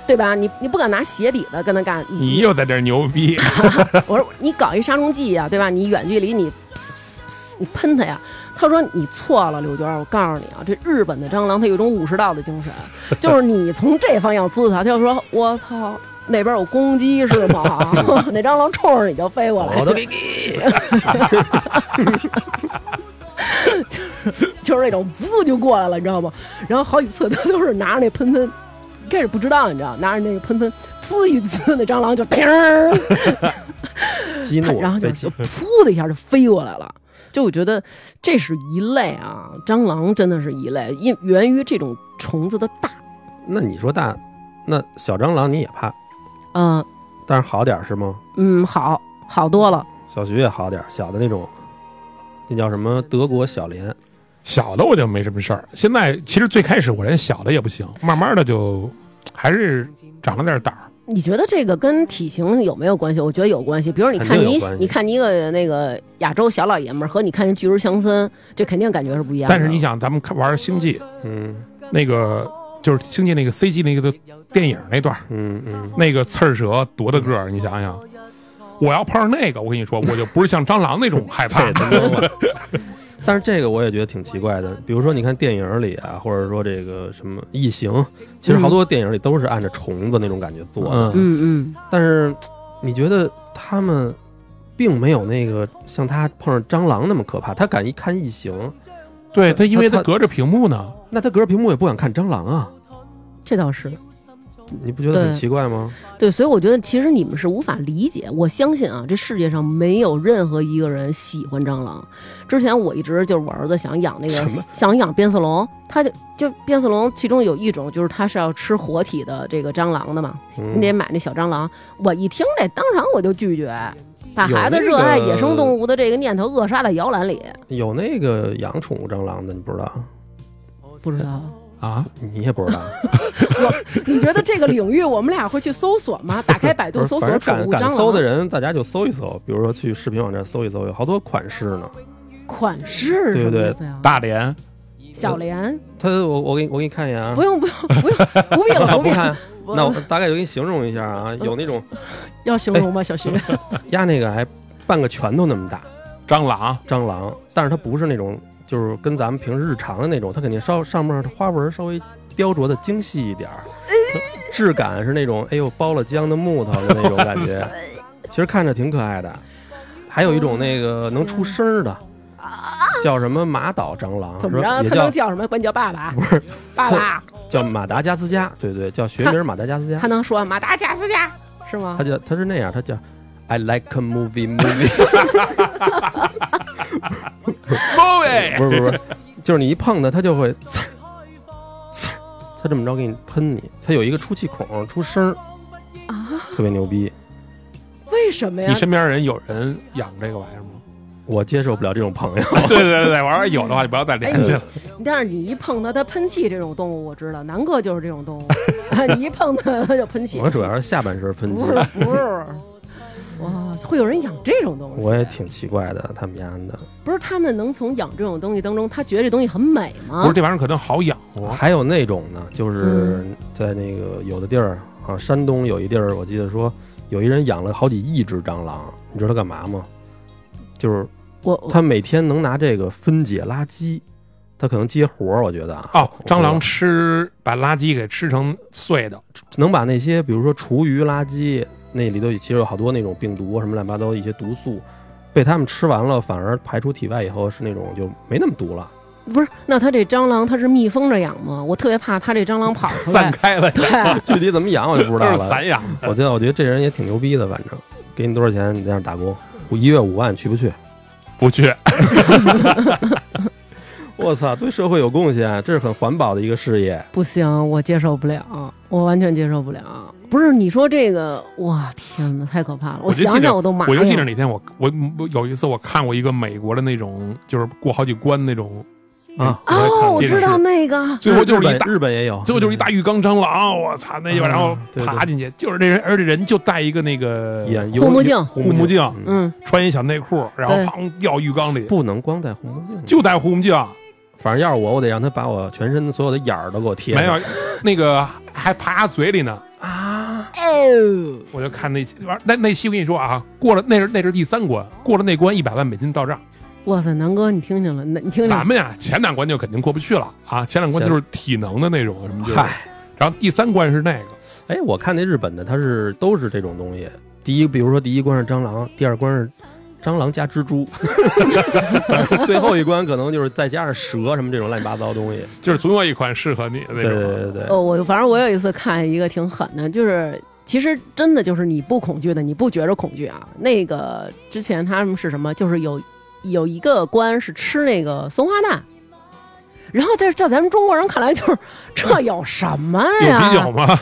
C: 对吧？你你不敢拿鞋底子跟他干，
E: 你又在这儿牛逼，
C: 我说你搞一杀虫剂呀、对吧？你远距离你你喷它呀。他说你错了，刘娟儿，我告诉你啊，这日本的蟑螂它有一种武士道的精神，就是你从这方向滋它，它就说我操。那边有公鸡是吗？那蟑螂冲着你就飞过来，
B: 我都给
C: (laughs) 就是那种噗就过来了，你知道吗？然后好几次他都是拿着那喷喷，一开始不知道，你知道，拿着那个喷喷呲一呲，那蟑螂就叮儿，
B: 激
C: 它
B: 怒，
C: 然后就
B: 被
C: 就
B: 激
C: 噗的一下就飞过来了。 (laughs) 就我觉得这是一类啊，蟑螂真的是一类，因源于这种虫子的大，
B: 那你说大，那小蟑螂你也怕，
C: 嗯、
B: 但是好点儿是吗？
C: 嗯，好好多了，
B: 小徐也好点儿，小的那种，那叫什么德国小蠊，
E: 小的我就没什么事儿。现在其实最开始我连小的也不行，慢慢的就还是长了点胆儿。
C: 你觉得这个跟体型有没有关系？我觉得有关系。比如你看
B: 肯定
C: 你
B: 有关系，
C: 你看你一个那个亚洲小老爷们儿和你看见巨石强森，这肯定感觉是不一样的。
E: 但是你想，咱们看玩《星际》
B: 嗯
E: 那个，就是《星际》那个 CG 那个电影那段儿，
B: 嗯 (laughs) 嗯，
E: 那个刺儿蛇多大个儿？你想想，我要碰上那个，我跟你说，我就不是像蟑螂那种害 (laughs) 怕。
B: 但是这个我也觉得挺奇怪的，比如说你看电影里啊，或者说这个什么《异形》，其实好多电影里都是按照虫子那种感觉做的，
E: 嗯，
C: 嗯嗯，
B: 但是你觉得他们并没有那个像他碰上蟑螂那么可怕，他敢一看异形，
E: 对它，因为它
B: 它
E: 隔着屏幕呢。
B: 那他隔着屏幕也不敢看蟑螂啊，
C: 这倒是
B: 你不觉得很
C: 对
B: 奇怪吗？
C: 对，所以我觉得其实你们是无法理解。我相信啊，这世界上没有任何一个人喜欢蟑螂。之前我一直就是我儿子想养那个
B: 什么，
C: 想养变色龙，他就就变色龙，其中有一种就是它是要吃活体的这个蟑螂的嘛，
B: 嗯
C: 你得买那小蟑螂。我一听这，当场我就拒绝，把
B: 有
C: 孩子
B: 那
C: 热爱野
B: 个
C: 生动物的这个念头扼杀在摇篮里。
B: 有那个养宠物蟑螂的，你不知道，
C: 不知道，
E: 啊，
B: 你也不知道，
C: (laughs) 你觉得这个领域我们俩会去搜索吗？打开百
B: 不
C: 度
B: 是
C: 搜
B: 反
C: 索
B: 正
C: 宠
B: 敢
C: 物
B: 敢
C: 蟑
B: 搜的
C: 螂
B: 人，大家就搜一搜，比如说去视频网站搜一搜，有好多款式呢。
C: 款式
B: 对
C: 是什么
B: 对
C: 意思呀？
E: 大连
C: 小莲。
B: 他我我给你我给你看一眼啊
C: 不，用不用
B: (laughs)
C: 不用，不必了
B: 啊
C: 不必
B: 不
C: 了
B: 看。，
C: 不
B: 那我大概就给你形容一下啊，有那种
C: 要形容吗？
B: 哎
C: 小徐，
B: 压那个还半个拳头那么大
E: 蟑螂，
B: 蟑螂，但是它不是那种就是跟咱们平时日常的那种，它肯定稍上面的花纹稍微雕琢的精细一点儿，
C: 哎
B: 质感是那种哎呦包了浆的木头的那种感
C: (laughs)
B: 觉，其实看着挺可爱的。还有一种那个能出声儿的，叫什么马岛蟑螂，
C: 怎么着？
B: 也
C: 他能
B: 叫
C: 叫什么？管你叫爸爸？不是爸爸，
B: 叫马达加斯加，对对，叫学名马达加斯加
C: 他。能说马达加斯加是吗
B: 他？叫他是那样，他叫 I like a movie movie，(laughs)
E: 对，
B: 不是不是不是，就是你一碰它，它就会呲儿呲儿，它这么着给你喷你，它有一个出气孔出声儿，
C: 啊，
B: 特别牛逼。
C: 为什么呀
E: 你？身边人有人养这个玩意儿吗？
B: 我接受不了这种朋
C: (laughs)
B: 友，
E: (laughs) 对对对对，玩意儿有的话就不要再联系了。
C: 但是你一碰它，它喷气这种动物我知道，南哥就是这种动物， (laughs) 你一碰它它就喷气
B: 我。主要是下半身喷
C: 不
B: 气
C: 是，不是，哇，会有人养这种东西？
B: 我也挺奇怪的，他们家的。
C: 不是他们能从养这种东西当中，他觉得这东西很美
E: (laughs) 不
C: 吗
E: 是？这玩意儿可能好养活，
B: 还有那种呢，就是
C: 嗯
B: 在那个有的地儿啊，山东有一地儿，我记得说有一人养了好几亿只蟑螂，你知道他干嘛吗？就是
C: 我我
B: 他每天能拿这个分解垃圾，他可能接活儿，我觉得啊，
E: 哦，蟑螂吃把垃圾给吃成碎的，
B: 能把那些比如说厨余垃圾那里头其实有好多那种病毒什么乱七八糟的一些毒素，被他们吃完了，反而排出体外以后是那种就没那么毒
E: (laughs)
B: 了。
C: 不是，那它这蟑螂它是密封着养吗？我特别怕它这蟑螂跑出
E: 散
C: 来。
E: 开了，
C: 对，
B: (laughs) 具体怎么养我就不知
E: 都
B: 道
E: 是
B: 了。
E: 散养
B: 我觉得我觉得这人也挺牛逼的，反正给你多少钱你在那儿打工，我一月五万去不去？
E: 不去。
B: 我操，对社会有贡献，这是很环保的一个事业。
C: 不行，我接受不了，我完全接受不了。不是你说这个，哇，天哪，太可怕了！
E: 我就记
C: 想
E: 着
C: 想我都麻
E: 我就记着
C: 呀。
E: 哪天我我我有一次我看过一个美国的那种，就是过好几关那种
B: 啊
E: 我还
C: 哦，
E: 看
C: 我
E: 电
C: 知
E: 视
C: 道那个，
E: 嗯最后就是
B: 日
E: 一大
B: 本，日本也有，
E: 最后就是一大浴缸蟑螂，我操那一把，
B: 嗯
E: 然后
B: 对
E: 爬进去，就是这人，而且人就戴一个那个
B: 眼
C: 护目镜
E: 护目镜，
B: 嗯
C: 嗯，
E: 穿一小内裤，然后
C: 对
E: 砰掉浴缸里，
B: 不能光戴护目镜，
E: 就戴护目镜，
B: 反正要是我，我得让他把我全身所有的眼儿都给我贴上。
E: 没有那个还爬嘴里呢。
C: 哦，
E: 我就看那期玩那那期，我跟你说啊，过了那是那是第三关，过了那关一百万美金到账。
C: 哇塞，南哥，你听见了？那你听见
E: 咱
C: 了？
E: 们呀，前两关就肯定过不去了啊，前两关就是体能的那种什么就是，
B: 嗨，
E: 然后第三关是那个，
B: 哎，我看那日本的，它是都是这种东西。第一，比如说第一关是蟑螂，第二关是蟑螂加蜘蛛， (laughs) 最后一关可能就是再加上蛇什么这种乱七八糟东西。
E: 就是总有一款适合你的那
B: 对对对
E: 种。
B: 对，
C: 哦，我反正我有一次看一个挺狠的，就是其实真的就是你不恐惧的，你不觉着恐惧啊。那个之前他们是什么？就是有有一个官是吃那个松花蛋。然后在在咱们中国人看来，就是这有什么
E: 有啤酒
C: 呀？
E: 吗？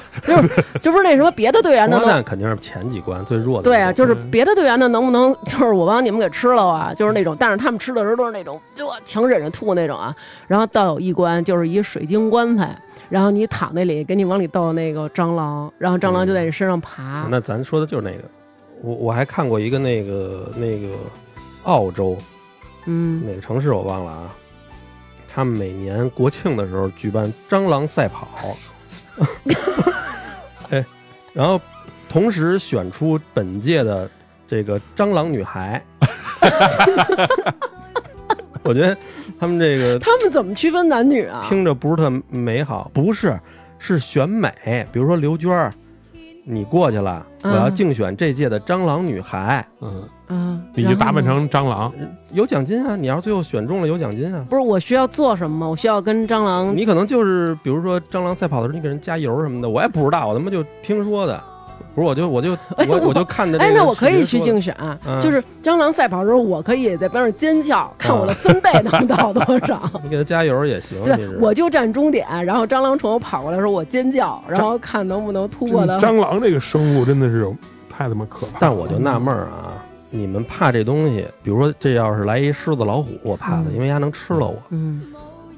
C: 就不是那什么别的队员
B: 花
C: 的
B: 蛋肯定是前几关最弱的。
C: 对啊，，就是
E: 嗯
C: 别的队员的能不能 (laughs) 就是我帮你们给吃了啊？就是那种，但是他们吃的时候都是那种就强忍着吐那种啊。然后倒有一关就是一水晶棺材，然后你躺那里，给你往里倒那个蟑螂，然后蟑螂就在你身上爬。
B: 那咱说的就是那个。我我还看过一个那个那个澳洲
C: 嗯，
B: 哪个城市我忘了啊，他们每年国庆的时候举办蟑螂赛跑， (laughs) 哎，然后同时选出本届的这个蟑螂女孩。 (laughs) 我觉得他们这个
C: 他们怎么区分男女啊？
B: 听着不是特美好，不是，是选美。比如说刘娟儿，你过去了，我
C: 嗯
B: 要竞选这届的蟑螂女孩，
E: 嗯，
C: 嗯，
E: 你就
C: 然后
E: 打扮
C: 呢
E: 成蟑螂，
B: 有奖金啊！你要是最后选中了，有奖金啊！
C: 不是我需要做什么吗？我需要跟蟑螂
B: 你可能就是，比如说蟑螂赛跑的时候，你给人加油什么的，我也不知道，我他妈就听说的，不是，我就我就
C: (laughs) 哎
B: 我
C: 我
B: 我就看的。
C: 哎，那我可以去竞
B: 选，
C: 选，啊
B: 嗯
C: 就是蟑螂赛跑的时候，我可以在边上尖叫，看我的分贝能到多少。
B: 你给他加油也行。其
C: 对
B: 实，
C: 我就站终点，然后蟑螂冲我跑过来的时候，我尖叫，然后看能不能突破的。
E: 蟑螂这个生物真的是太他妈可怕了。
B: 但我就纳闷儿啊，你们怕这东西，比如说这要是来一狮子老虎，我怕它，
C: 嗯
B: 因为它能吃了我。
C: 嗯，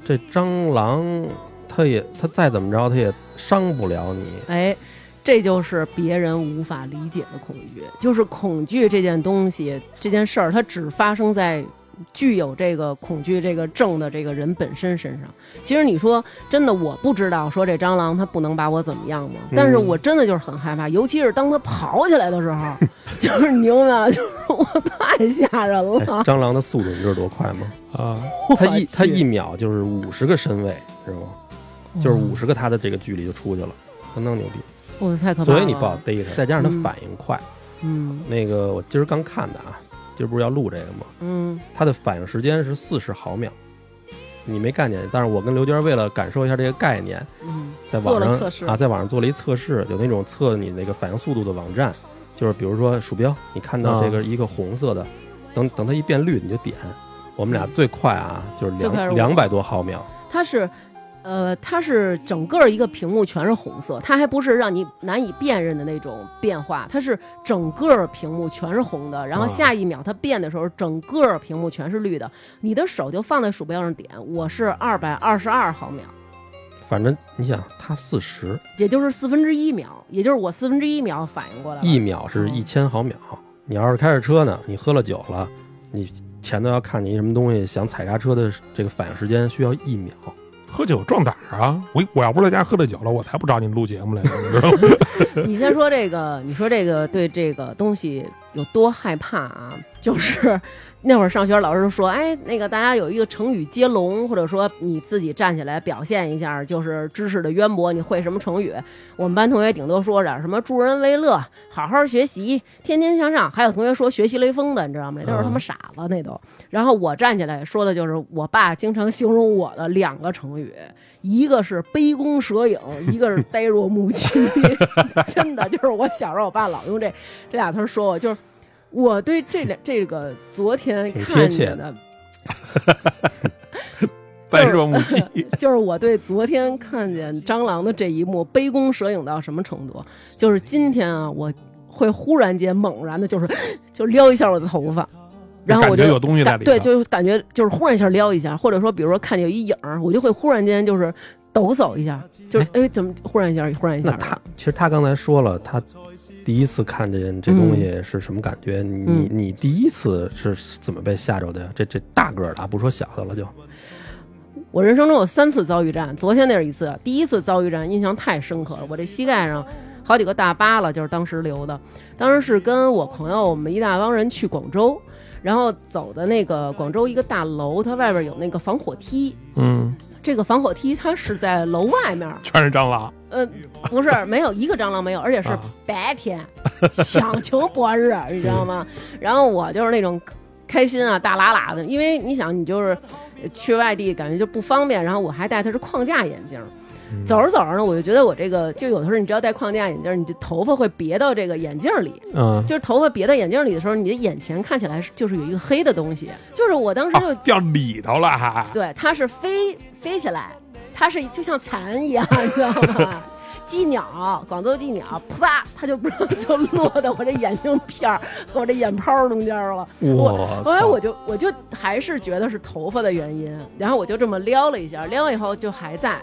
B: 这蟑螂，它也它再怎么着，它也伤不了
C: (laughs)
B: 你。
C: 哎，这就是别人无法理解的恐惧，就是恐惧这件东西，这件事儿，它只发生在。具有这个恐惧这个症的这个人本身身上，其实你说真的，我不知道说这蟑螂它不能把我怎么样吗？
B: 嗯
C: 但是我真的就是很害怕，尤其是当它跑起来的时候，就是你明白吗？就是我太吓人
B: 哎
C: 了，
B: 蟑螂的速度你知道多快吗？
E: 啊，
B: 它一
C: 去
B: 它一秒就是五十个身位，知道吗？就是五十个它的这个距离就出去了，相当牛逼。
C: 我太可怕了。
B: 所以你不好逮它，再加上它
C: 嗯
B: 反应快。
C: 嗯
B: 那个我今儿刚看的啊，今儿不是要录这个吗？
C: 嗯，
B: 它的反应时间是四十毫秒，你没概念。但是我跟刘娟为了感受一下这个概念，
C: 嗯，
B: 在网
C: 做
B: 上
C: 了测试
B: 啊，在网上做了一测试，有那种测你那个反应速度的网站，就是比如说鼠标，你看到这个一个红色的，等等它一变绿你就点。我们俩最快啊，就是
C: 最快是
B: 两
C: 我
B: 两百多毫秒。
C: 它是，呃，它是整个一个屏幕全是红色，它还不是让你难以辨认的那种变化，它是整个屏幕全是红的，然后
B: 啊
C: 下一秒它变的时候，整个屏幕全是绿的，你的手就放在鼠标上点，我是二百二十二毫秒。
B: 反正你想，它四十
C: 也就是四分之一秒，也就是我四分之一秒反应过来了。
B: 一秒是
C: 嗯
B: 一千毫秒。你要是开着车呢，你喝了酒了，你前头要看你什么东西，想踩刹车的这个反应时间需要一秒。
C: 嗯
E: 喝酒壮胆儿啊！我我要不是在家喝了酒了，我才不找你录节目来呢，你知道吗？
C: (laughs)
E: (laughs)
C: 你先说这个，你说这个对这个东西有多害怕啊？就是那会儿上学，老师说，哎，那个大家有一个成语接龙，或者说你自己站起来表现一下，就是知识的渊博，你会什么成语？我们班同学顶多说点什么助人为乐、好好学习、天天向上，还有同学说学习雷锋的，你知道吗？那都是他妈傻子那都。嗯然后我站起来说的就是我爸经常形容我的两个成语，一个是杯弓蛇影，一个是呆若木 (laughs) 鸡。真的就是我小时候，我爸老用这这俩词儿说我，就是我对这两这个昨天
B: 挺贴
C: 看
B: 切
C: 见的，
E: 呆若木鸡，
C: 就是我对昨天看见蟑螂的这一幕杯弓蛇影到什么程度？就是今天啊，我会忽然间猛然的，就是就撩一下我的头发，然后我
E: 感
C: 就
E: 觉有东西在
C: 感
E: 里头。
C: 对，就是感觉就是忽然一下撩一下，或者说比如说看见有一影儿，我就会忽然间就是抖擞一下，就是哎怎么忽然一下忽然一下
B: 那
C: 的，
B: 他其实他刚才说了，他第一次看见这东西是什么感觉？
C: 嗯
B: 你你第一次是怎么被吓着的呀？这这大个儿的啊，不说小的了就，
C: 我人生中有三次遭遇战，昨天那是一次，第一次遭遇战印象太深刻了，我这膝盖上好几个大疤了，就是当时留的。当时是跟我朋友，我们一大帮人去广州，然后走的那个广州一个大楼，它外边有那个防火梯，
E: 嗯，
C: 这个防火梯它是在楼外面，
E: 全是蟑螂，
C: 呃，不是，没有一个蟑螂没有，而且是
E: 啊
C: 白天， (laughs) 响晴博日，你知道吗？然后我就是那种开心啊，大喇喇的，因为你想，你就是呃去外地感觉就不方便，然后我还戴的是框架眼镜。走着走着呢，我就觉得我这个，就有的时候你只要戴框架眼镜，你这头发会别到这个眼镜里，
B: 嗯，
C: 就是头发别到眼镜里的时候，你的眼前看起来是就是有一个黑的东西，就是我当时就
E: 啊掉里头了还，
C: 对，它是飞飞起来，它是就像蚕一样，你知道吗？鸡鸟，广州鸡鸟，啪，它就 (laughs) 就落到我这眼镜片儿和我这眼泡儿中间了。
B: 我
C: 后来
B: 操
C: 我就我就还是觉得是头发的原因，然后我就这么撩了一下，撩了以后就还在。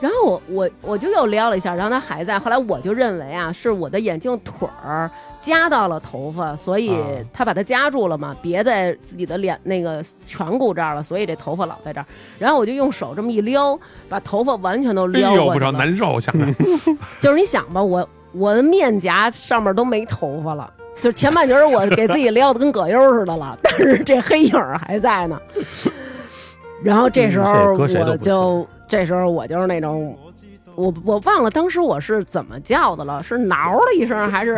C: 然后我我我就又撩了一下，然后它还在。后来我就认为啊，是我的眼镜腿儿夹到了头发，所以
E: 啊
C: 它把它夹住了嘛，别在自己的脸那个颧骨这儿了，所以这头发老在这儿。然后我就用手这么一撩，把头发完全都
E: 哎
C: 撩
E: 呦，
C: 过
E: 不
C: 去
E: 着
C: 了。
E: 难受，想
C: (laughs)
E: 着
C: 就是你想吧，我我的面颊上面都没头发了，就是前半截儿我给自己撩的跟葛优似的了，但 (laughs) 是这黑影儿还在呢。然后这时候
B: 嗯这搁谁都
C: 我
B: 不行
C: 就，这时候我就是那种，我我忘了当时我是怎么叫的了，是挠了一声还是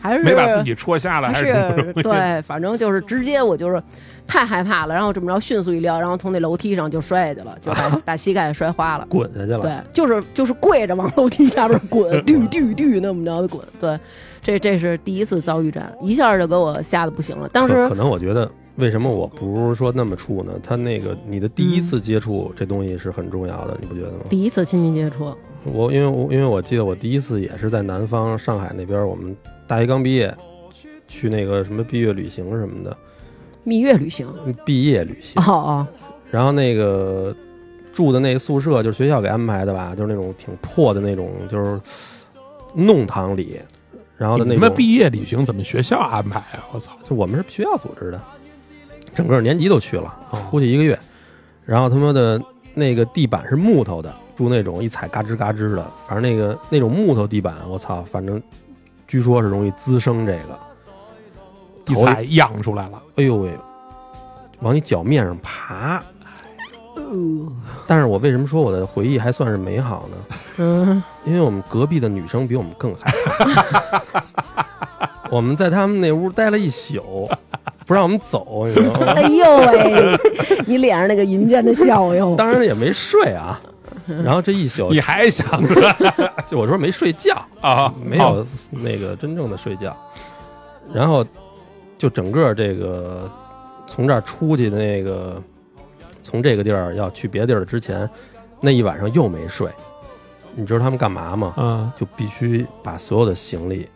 C: 还是
E: 没把自己戳瞎了，
C: 啊还
E: 还是挺不容
C: 是
E: 易
C: 对，反正就是直接我就是太害怕了，然后这么着迅速一撩，然后从那楼梯上就摔下去了，就把把膝盖摔花了。
B: 滚下去了。
C: 对，就是就是跪着往楼梯下边
E: (laughs)
C: 滚，嘟嘟嘟那么着的滚。对，这这是第一次遭遇战，一下就给我吓得不行了。当
B: 可
C: 时
B: 可能我觉得，为什么我不是说那么处呢？他那个你的第一
C: 嗯
B: 次接触这东西是很重要的，你不觉得吗？
C: 第一次亲密接触，
B: 我因为我因为我记得我第一次也是在南方上海那边，我们大一刚毕业，去那个什么毕业旅行什么的，嗯
C: 蜜月
E: (laughs)
C: 旅行。
B: 毕业旅行
C: 哦，哦，
B: (laughs) 然后那个住的那个宿舍就是学校给安排的吧，就是那种挺破的那种，就是弄堂里，然后的
E: 你
B: 那
E: 们
B: 种，
E: 毕业旅行怎么学校安排啊？我操！
B: 就我们是学校组织的，整个年级都去了，出去一个月，然后他妈的那个地板是木头的，住那种一踩嘎吱嘎吱的，反正那个那种木头地板，我操，反正据说是容易滋生这个，
E: 一
B: 头
E: 踩漾出来了，
B: 哎呦喂，往你脚面上爬。但是我为什么说我的回忆还算是美好呢？
C: 嗯，
B: 因为我们隔壁的女生比我们更害怕。 (laughs) 我们在他们那屋待了一宿，不让我们走，你知道吗？
C: 哎呦喂， (laughs) 你脸上那个银箭的笑哟，
B: 当然也没睡啊。然后这一宿
E: 你，还想
B: (laughs)
E: 着
B: 就我说没睡觉，
E: 啊？
B: 没
E: 哦
B: 有那个真正的睡觉。然后就整个这个从这儿出去的那个，从这个地儿要去别地儿之前，那一晚上又没睡。你知道他们干嘛吗？
E: 嗯，
B: 就必须把所有的行李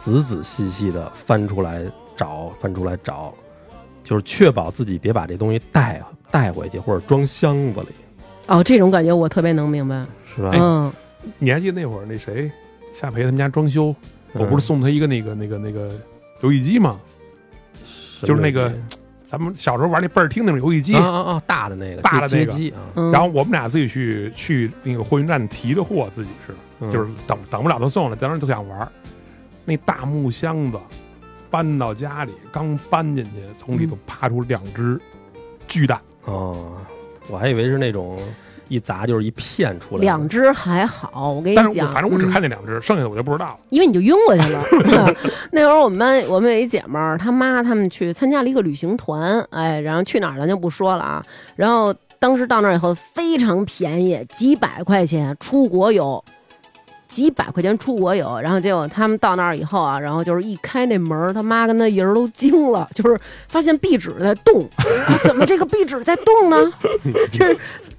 B: 仔仔细细的翻出来找，翻出来找，就是确保自己别把这东西带带回去或者装箱子里，
C: 哦，这种感觉我特别能明白。
B: 是
E: 哎
B: 吧？
C: 嗯，
E: 你还记得那会儿那谁夏培他们家装修，
B: 嗯
E: 我不是送他一个那个那个那个游戏机吗？就是那个咱们小时候玩那倍儿听那种游戏机
B: 啊，啊啊，大的那个，
E: 大的那
B: 街
E: 个
B: 机啊，
C: 嗯
E: 然后我们俩自己去去那个货运站提的货，自己是
B: 嗯
E: 就是等等不了他送了，当时就想玩儿。那大木箱子搬到家里，刚搬进去，从里
B: 嗯
E: 头爬出两只巨蛋，
B: 哦，我还以为是那种一砸就是一片出来的，
C: 两只还好，我跟你
E: 但是我
C: 讲，
E: 反正我只
C: 嗯
E: 看那两只，剩下的我就不知道了。
C: 因为你就晕过去了。 (laughs) 那会儿我们班我们有一姐们儿，她妈他们去参加了一个旅行团，哎，然后去哪儿咱就不说了啊。然后当时到那儿以后非常便宜，几百块钱出国游，几百块钱出国游。然后结果他们到那儿以后啊，然后就是一开那门儿，他妈跟他爷儿都惊了，就是发现壁纸在动，怎么这个壁纸在动呢？这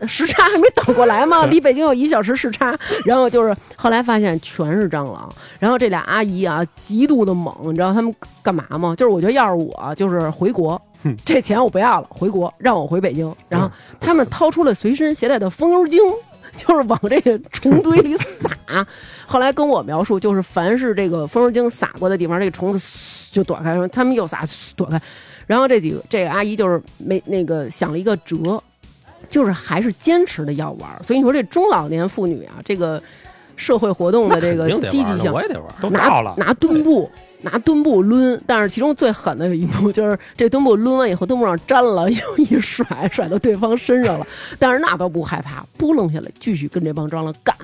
C: 是 (laughs) 时差还没倒过来吗？离北京有一小时时差。然后就是后来发现全是蟑螂，然后这俩阿姨啊极度的猛，你知道他们干嘛吗？就是我觉得要是我就是回国，这钱我不要了，回国让我回北京。然
B: 嗯
C: 后他们掏出了随身携带的风油精。就是往这个 (laughs) 虫堆里撒，后来跟我描述，就是凡是这个风油精撒过的地方，这个虫子嘶就躲开，然后他们又撒嘶躲开，然后这几个这个阿姨就是没那个想了一个辙，就是还是坚持的要玩儿。所以你说这中老年妇女啊，这个社会活动的这个
B: 肯定得玩
C: 积极
B: 的
C: 性
B: 我，也得玩。
E: 都到
C: 拿
E: 了，
C: 拿墩布。拿墩布抡，但是其中最狠的有一幕，就是这墩布抡完以后，墩布上粘了， (laughs) 又一甩，甩到对方身上了。但是那都不害怕，扑棱下来，继续跟这帮蟑螂干。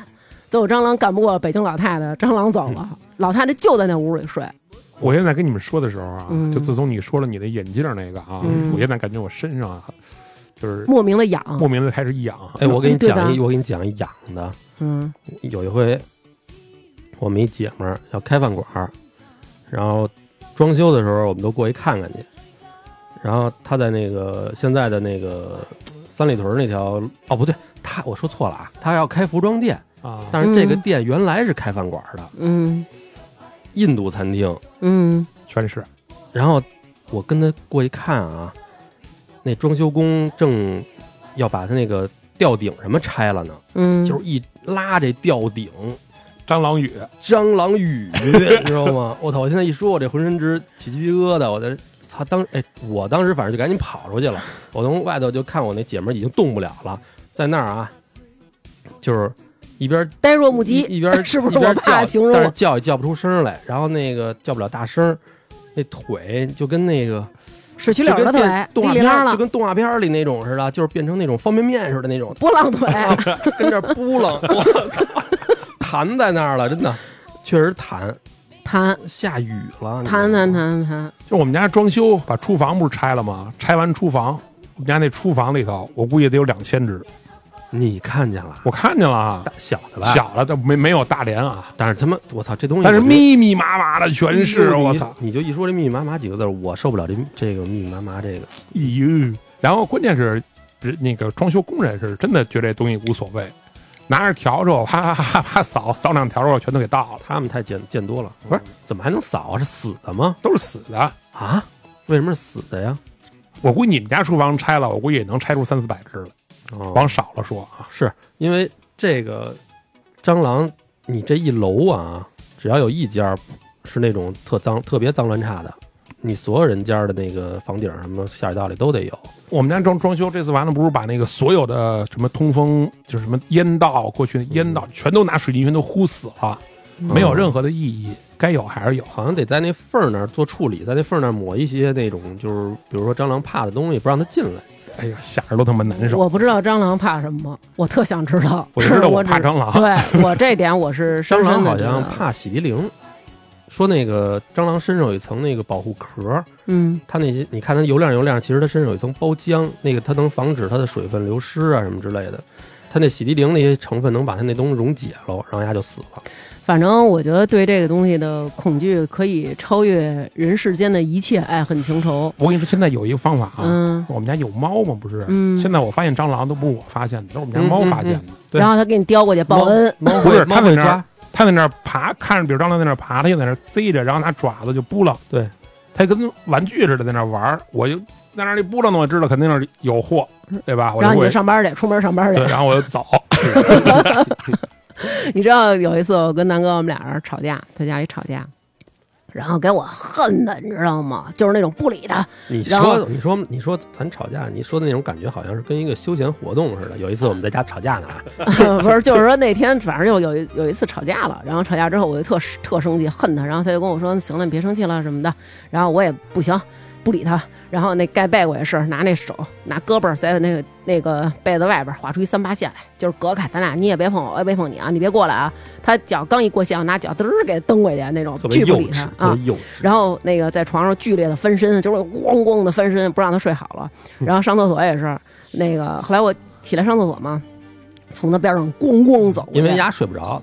C: 最后蟑螂干不过北京老太太，蟑螂走
B: 嗯
C: 了，老太太就在那屋里睡。
E: 我现在跟你们说的时候啊，
C: 嗯
E: 就自从你说了你的眼镜那个啊，
C: 嗯
E: 我现在感觉我身上啊，就是
C: 莫名的痒。
E: 莫名的开始痒。
B: 哎，我给你
C: 对吧
B: 讲一，我给你讲一养的。
C: 嗯
B: 有一回，我们一姐们儿要开饭馆儿，然后装修的时候，我们都过去看看去。然后她在那个现在的那个呃三里屯儿那条，哦不对，她我说错了啊，她要开服装店，
E: 啊，
B: 但是这个
C: 嗯
B: 店原来是开饭馆儿的，
C: 嗯
B: 印度餐厅。
C: 嗯
E: 全是
B: 然后我跟她过去看啊，那装修工正要把他那个吊顶什么拆了呢，
C: 嗯，
B: 就是一拉这吊顶，
E: 蟑螂雨，
B: 蟑螂雨，你知道
C: (laughs)
B: 吗？我操！我现在一说，我这浑身直起鸡皮疙瘩，我这操！当哎，我当时反正就赶紧跑出去了。我从外头就看我那姐们儿已经动不了了，在那儿啊，就是一边
C: 呆若木鸡，
B: 一一边
C: (laughs) 是不是
B: 一
C: 我
B: 边
C: 爸
B: 叫，
C: 形容
B: 但是
C: 我？
B: 叫也叫不出声来，然后那个叫不了大声，那腿就跟那个
C: 水渠
B: 就
C: 柳
B: 跟
C: 的腿
B: 电，动
C: 哩
B: 画
C: 哩
B: 片
C: 啦
B: 儿就
C: 啦，
B: 跟动画片儿里那种似的，就是变成那种方便面似的那种，
C: 波浪
B: (laughs)
C: 腿。
B: 跟这儿扑
C: (laughs)
B: 棱，我操，弹在那儿了，真的，确实弹。
C: 弹
B: 下雨了，你知道吗
C: 弹弹。弹弹，
E: 就我们家装修把厨房不是拆了吗？拆完厨房，我们家那厨房里头，我估计得有两千只，
B: 你看见了？
E: 我看见了啊
B: 大，小的吧？，
E: 小了，但没没有大连啊，
B: 但是他妈，我操，这东西，
E: 但是密密麻麻的全是，
B: 你
E: 我操，
B: 你就一说这密密麻麻几个字儿，我受不了这这个密密麻麻这个。
E: 咦，哎然后关键是，人那个装修工人是真的觉得这东西无所谓，拿着笤帚啪啪啪啪扫扫两笤帚，全都给倒了，
B: 他们太见见多了，不是？怎么还能扫啊？是死的吗？
E: 都是死的。
B: 啊？为什么是死的呀？
E: 我估计你们家厨房拆了，我估计也能拆出三四百只了，
B: 哦
E: 往少了说啊。
B: 是因为这个蟑螂，你这一楼啊，只要有一家儿是那种特脏、特别脏乱差的，你所有人家的那个房顶儿什么下水道里都得有。
E: 我们家装装修这次完了，不是把那个所有的什么通风，就是什么烟道，过去的烟道全都拿水泥全都糊死了，
C: 嗯
E: 没有任何的意义，该有还是有。
B: 好像得在那缝儿那儿做处理，在那缝儿那儿抹一些那种，就是比如说蟑螂怕的东西，不让它进来。
C: 嗯
E: 哎呀，想着都他妈难受。
C: 我不知道蟑螂怕什么，我特想知道。
E: 我就知道我
C: 只
E: 怕蟑螂
C: (laughs) 对啊我这点我是
B: 蟑
C: 深深
E: (laughs)
B: 螂
C: 的
B: 好像，怕洗涤灵，说那个蟑螂身上有一层那个保护壳，
C: 嗯
B: 它那些你看它油亮油亮，其实它身上有一层包浆，那个它能防止它的水分流失啊什么之类的。它那洗涤灵那些成分能把它那东西溶解了，然后它就死了。
C: 反正我觉得对这个东西的恐惧可以超越人世间的一切爱恨情仇。
E: 我跟你说，现在有一个方法啊，
C: 嗯
E: 我们家有猫嘛，不是？
C: 嗯
E: 现在我发现蟑螂都不是我发现的，都是我们家猫发现的。
B: 对
C: 然后他给你叼过去报恩，
B: 猫
E: 不
B: 会
E: 是
B: 猫
E: 它
B: 会
E: 在那儿
B: 抓，，
E: 它在那儿爬，看着比如蟑螂在那儿爬，它就在那儿贼着，然后拿爪子就扑棱。
B: 对，
E: 它跟玩具似的在那儿玩儿，我就在那里扑棱呢，我知道肯定是有货，对吧？我
C: (laughs) 然后你
E: 会
C: 就上班去，出门上班去
E: 对，。然后我就走。
C: 你知道有一次我跟南哥我们俩人吵架，在家里吵架，然后给我恨的，你知道吗？就是那种不理他，
B: 你
C: 然后
B: 说你说你说咱吵架，你说的那种感觉好像是跟一个休闲活动似的。有一次我们在家吵架呢啊，
C: (laughs) 不是，就是说那天反正就有一有一次吵架了，然后吵架之后我就特特生气，恨他，然后他就跟我说：“行了，你别生气了什么的。”然后我也不行，不理他。然后那盖被我也是拿那手拿胳膊在那个那个被子外边划出一三八线来，就是隔开咱俩，你也别碰我，我也别碰你啊，你别过来啊。他脚刚一过线，我拿脚嘚儿给蹬过去啊那种
B: 特，别
C: 拒
B: 幼
C: 不理他
B: 稚，
C: 啊
B: 特。别幼稚。
C: 然后那个在床上剧烈的翻身，就是咣咣的翻身，不让他睡好了。然后上厕所也是，那个后来我起来上厕所嘛，从他边上咣咣走过去，
B: 因为丫睡不着，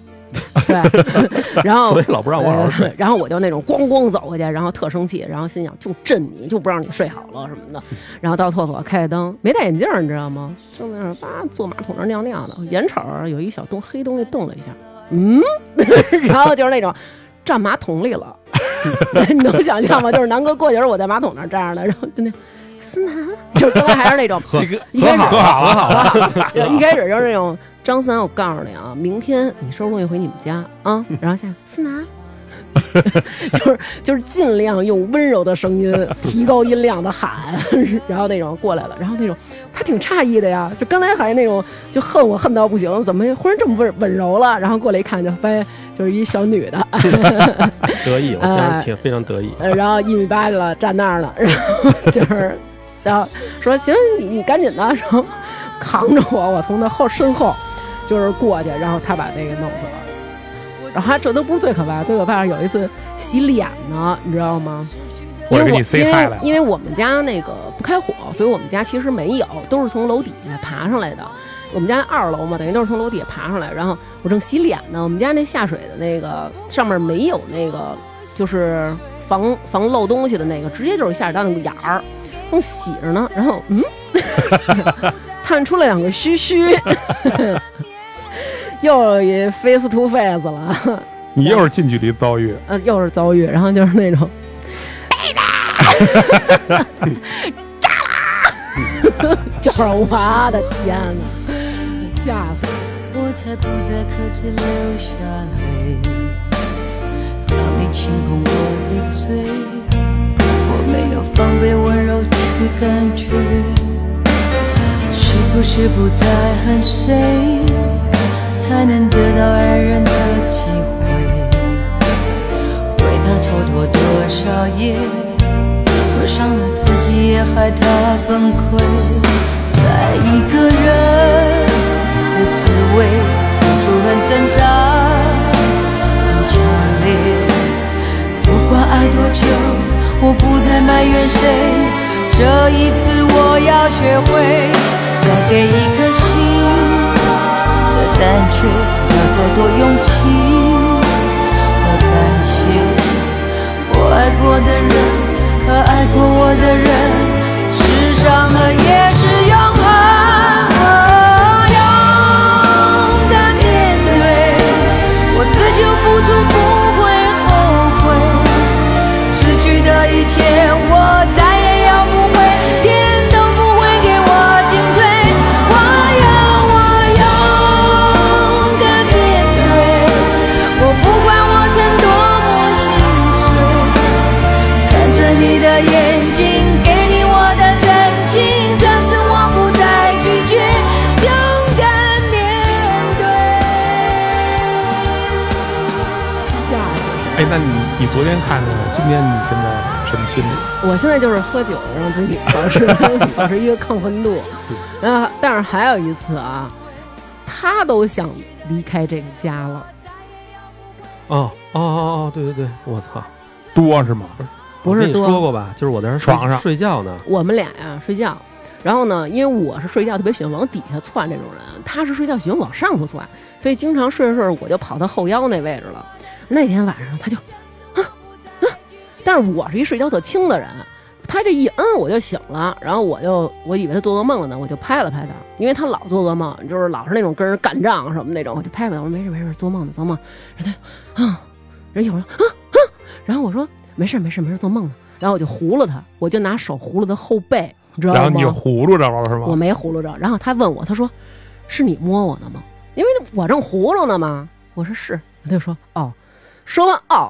C: 对，然后
B: 所以老不让我好
C: (laughs)
B: 好睡。
C: 呃然后我就那种咣咣走过去，然后特生气，然后心想就震你，就不让你睡好了什
B: (laughs)
C: 么的。然后到厕所开开灯，没戴眼镜儿，你知道吗？就在那儿叭坐马桶那儿尿尿的，眼瞅儿有一小东黑东西动了一下，嗯， (laughs) 然后就是那种站马桶里
B: (laughs)
C: 了， (laughs) 你能想象吗？就是南哥过去时候我在马桶那儿站着呢，然后 (laughs) 就那。思南，就是刚才还是那种一开始
E: 和好了，
C: 然后一开始就是那种张三，我告诉你啊，明天你收拾东西回你们家啊。然后下思南， (laughs) 就是就是尽量用温柔的声音，提高音量的喊， (laughs) 然后那种过来了，然后那种他挺诧异的呀，就刚才还那种就恨我恨到不行，怎么忽然这么温温柔了？然后过来一看，就发现就是一小女的， (laughs)
B: 得意，我
C: 哎
B: 非常挺非常得意。
C: 呃然后一米八去了，站那儿了，然 (laughs) 后就是，然后说行，你你赶紧的，然后扛着我，我从他后身后就是过去，然后他把那个弄死了。然后他这都不是最可怕，最可怕是有一次洗脸呢，你知道吗？
E: 我
C: 因
E: 以
C: 为我
E: 为你 say
C: 因
E: hi
C: 为
E: 来了
C: 因为我们家那个不开火，所以我们家其实没有，都是从楼底下爬上来的。我们家二楼嘛，等于都是从楼底下爬上来。然后我正洗脸呢，我们家那下水的那个上面没有那个就是防防漏东西的那个，直接就是下水道那个眼儿，正洗着呢。然后嗯， (laughs) 探出了两个须须，又一 face to face 了。
E: 你又是近距离遭遇，
C: (laughs) 呃，又是遭遇，然后就是那种 baby，炸啦， (laughs) 就是我的天呐，吓死了！
D: 我才不再克制流下泪。当你亲吻我的嘴，我没有防备温柔去感觉，是不是不再恨谁，才能得到爱人的机会？为他蹉跎多少夜，我伤了自己，也害他崩溃，在一个人。的滋味，付出很挣扎，很强烈。不管爱多久，我不再埋怨谁，这一次我要学会再给一颗心的胆怯，要再多勇气和感谢。我爱过的人和爱过我的人，是伤痕也是永恒。我勇敢面对，我自救付出不会后悔，失去的一切我再也要不回，天都不会给我进退。我要我勇敢面对，我不管我曾多么心碎。看着你的眼睛，给你我的真情，这次我不再拒绝，勇敢面对。
C: 吓死
E: 哎，那你你昨天看的，今天你现在什么心理？
C: 我！我现在就是喝酒，让自己保持保持一个亢奋 (laughs) 度。然后，但是还有一次啊，他都想离开这个家了。
B: 哦哦哦哦，对对对，我操！
E: 多是吗？
C: 不是
B: 我跟你
C: 多
B: 说过吧？就是我在那儿睡
E: 床上
B: 睡觉呢，
C: 我们俩呀、睡觉，然后呢，因为我是睡觉特别喜欢往底下窜这种人，他是睡觉喜欢往上头窜，所以经常睡着睡着我就跑他后腰那位置了。那天晚上他就，啊啊，但是我是一睡觉特轻的人，他这一摁我就醒了，然后我就我以为他做噩梦了呢，我就拍了拍他，因为他老做噩梦，就是老是那种跟人干仗什么那种，我就拍拍他，我说没事没事，做梦呢做梦。然后他啊，人一会儿说啊啊，然后我说没事没事没事，做梦呢。然后我就糊了他，我就拿手糊了他后背，你知道吗？
E: 然后你就葫芦着了是吗？
C: 我没葫芦着。然后他问我，他说：“是你摸我呢吗？”因为我正葫芦呢嘛。我说是，他就说哦。说完哦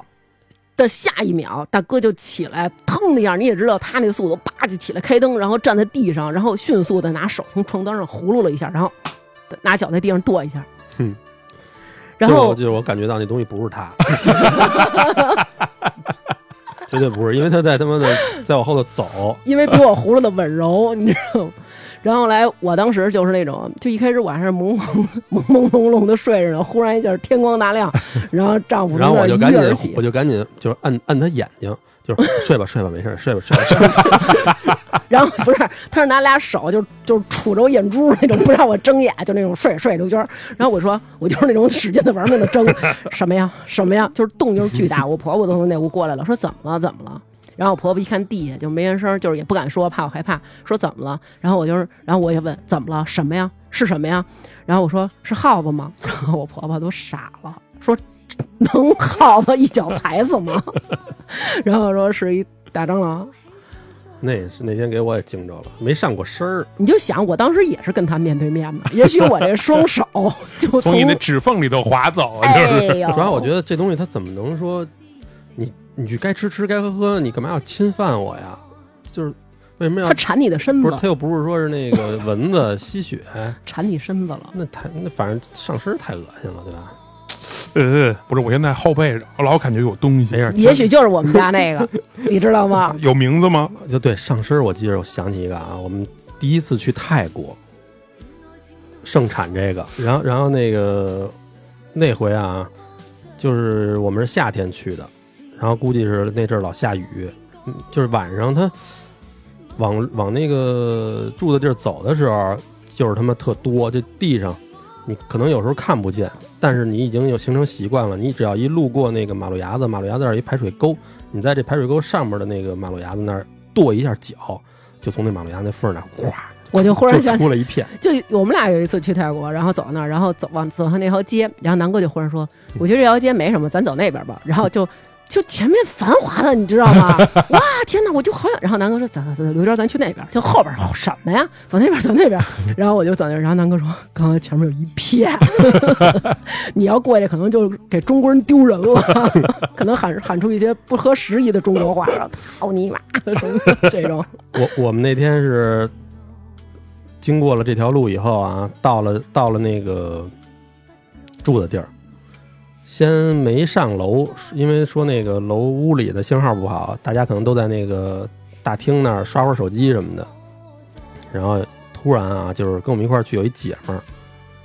C: 的下一秒，大哥就起来，腾的一下，你也知道他那速度，叭就起来开灯，然后站在地上，然后迅速的拿手从床单上葫芦了一下，然后呃拿脚在地上跺一下。
B: 嗯。
C: 然
B: 就是我
C: 后
B: 就是我感觉到那东西不是他， (laughs) 绝对不是，因为他在他妈的在我后头走，
C: 因为比我葫芦的温
B: (laughs)
C: 柔，你知道吗？然后来，我当时就是那种，就一开始我还是朦朦朦朦胧胧的睡着呢，忽然一下天光大亮，然后丈夫
B: 然后我就
C: 一
B: 赶
C: 跃而
B: 紧
C: 起
B: 我，就赶紧就是按按他眼睛，就是 (laughs) 睡吧睡吧没事儿睡吧睡吧睡吧，
C: 然后不是，他是拿俩手就就杵着我眼珠那种，不让我睁眼，就那种睡睡刘娟儿。然后我说，我就是那种使劲的玩命的睁，什么呀什么呀，就是动静巨大。我婆婆都从那屋过来了，说怎么了怎么了。然后我婆婆一看地下就没人声儿，就是也不敢说，怕我害怕，说怎么了？然后我就是，然后我也问怎么了，什么呀，是什么呀？然后我说是耗子吗？ (laughs) 然后我婆婆都傻了，说能耗子一脚踩死吗？ (laughs) 然后说是一大蟑螂。
B: 那是那天给我也惊着了，没上过身儿，
C: 你就想，我当时也是跟他面对面嘛，也许我这双手
B: (laughs)
C: 就
E: 从你那指缝里头划走，就是 (laughs)
C: 哎呦，
B: 主要我觉得这东西它怎么能说你你去该吃吃，该喝喝，你干嘛要侵犯我呀？就是为什么要
C: 他？缠你的身
B: 不
C: 子
B: 是，，他又不是说是那个蚊子吸血，
C: 缠你身子了。
B: 那太那反正上身太恶心了，对吧？
E: 呃，不是，我现在后背上老感觉有东西
B: 没，事，
C: 也许就是我们家
B: (laughs)
C: 那个，你知道吗？
E: 有名字吗？
B: 就对上身，我记着，我想起一个啊，我们第一次去泰国，盛产这个，然后然后那个那回啊，就是我们是夏天去的，然后估计是那阵儿老下雨，嗯就是晚上他往往那个住的地儿走的时候，就是他妈特多，这地上你可能有时候看不见，但是你已经有形成习惯了，你只要一路过那个马路牙子，马路牙子那儿有一排水沟，你在这排水沟上面的那个马路牙子那儿跺一下脚，就从那马路牙子那缝儿那儿哗
C: 我就忽然
B: 就
C: 想起，
B: 出了一片。
C: 就我们俩有一次去泰国，然后走到那儿，然后走往走上那条街，然后南哥就忽然说：“
B: 嗯
C: 我觉得这条街没什么，咱走那
B: (laughs)
C: 边吧。”然后就就前面繁华的，你知道吗？ (laughs) 哇，天哪，我就好想。然后南哥说：“走走走，刘娟，咱去那边。”就后边、哦什么呀？走那边，走那边。 (laughs) 然后我就走那边，然后南哥说：“刚刚前面有一片， (laughs) 你要过去，可能就给中国人丢人了， (laughs) 可能喊喊出一些不合时宜的中国话，然后操你妈什么的这种。”
B: 我我们那天是经过了这条路以后啊，到了到了那个住的地儿，先没上楼，因为说那个楼屋里的信号不好，大家可能都在那个大厅那儿刷会儿手机什么的。然后突然啊，就是跟我们一块儿去有一姐们儿，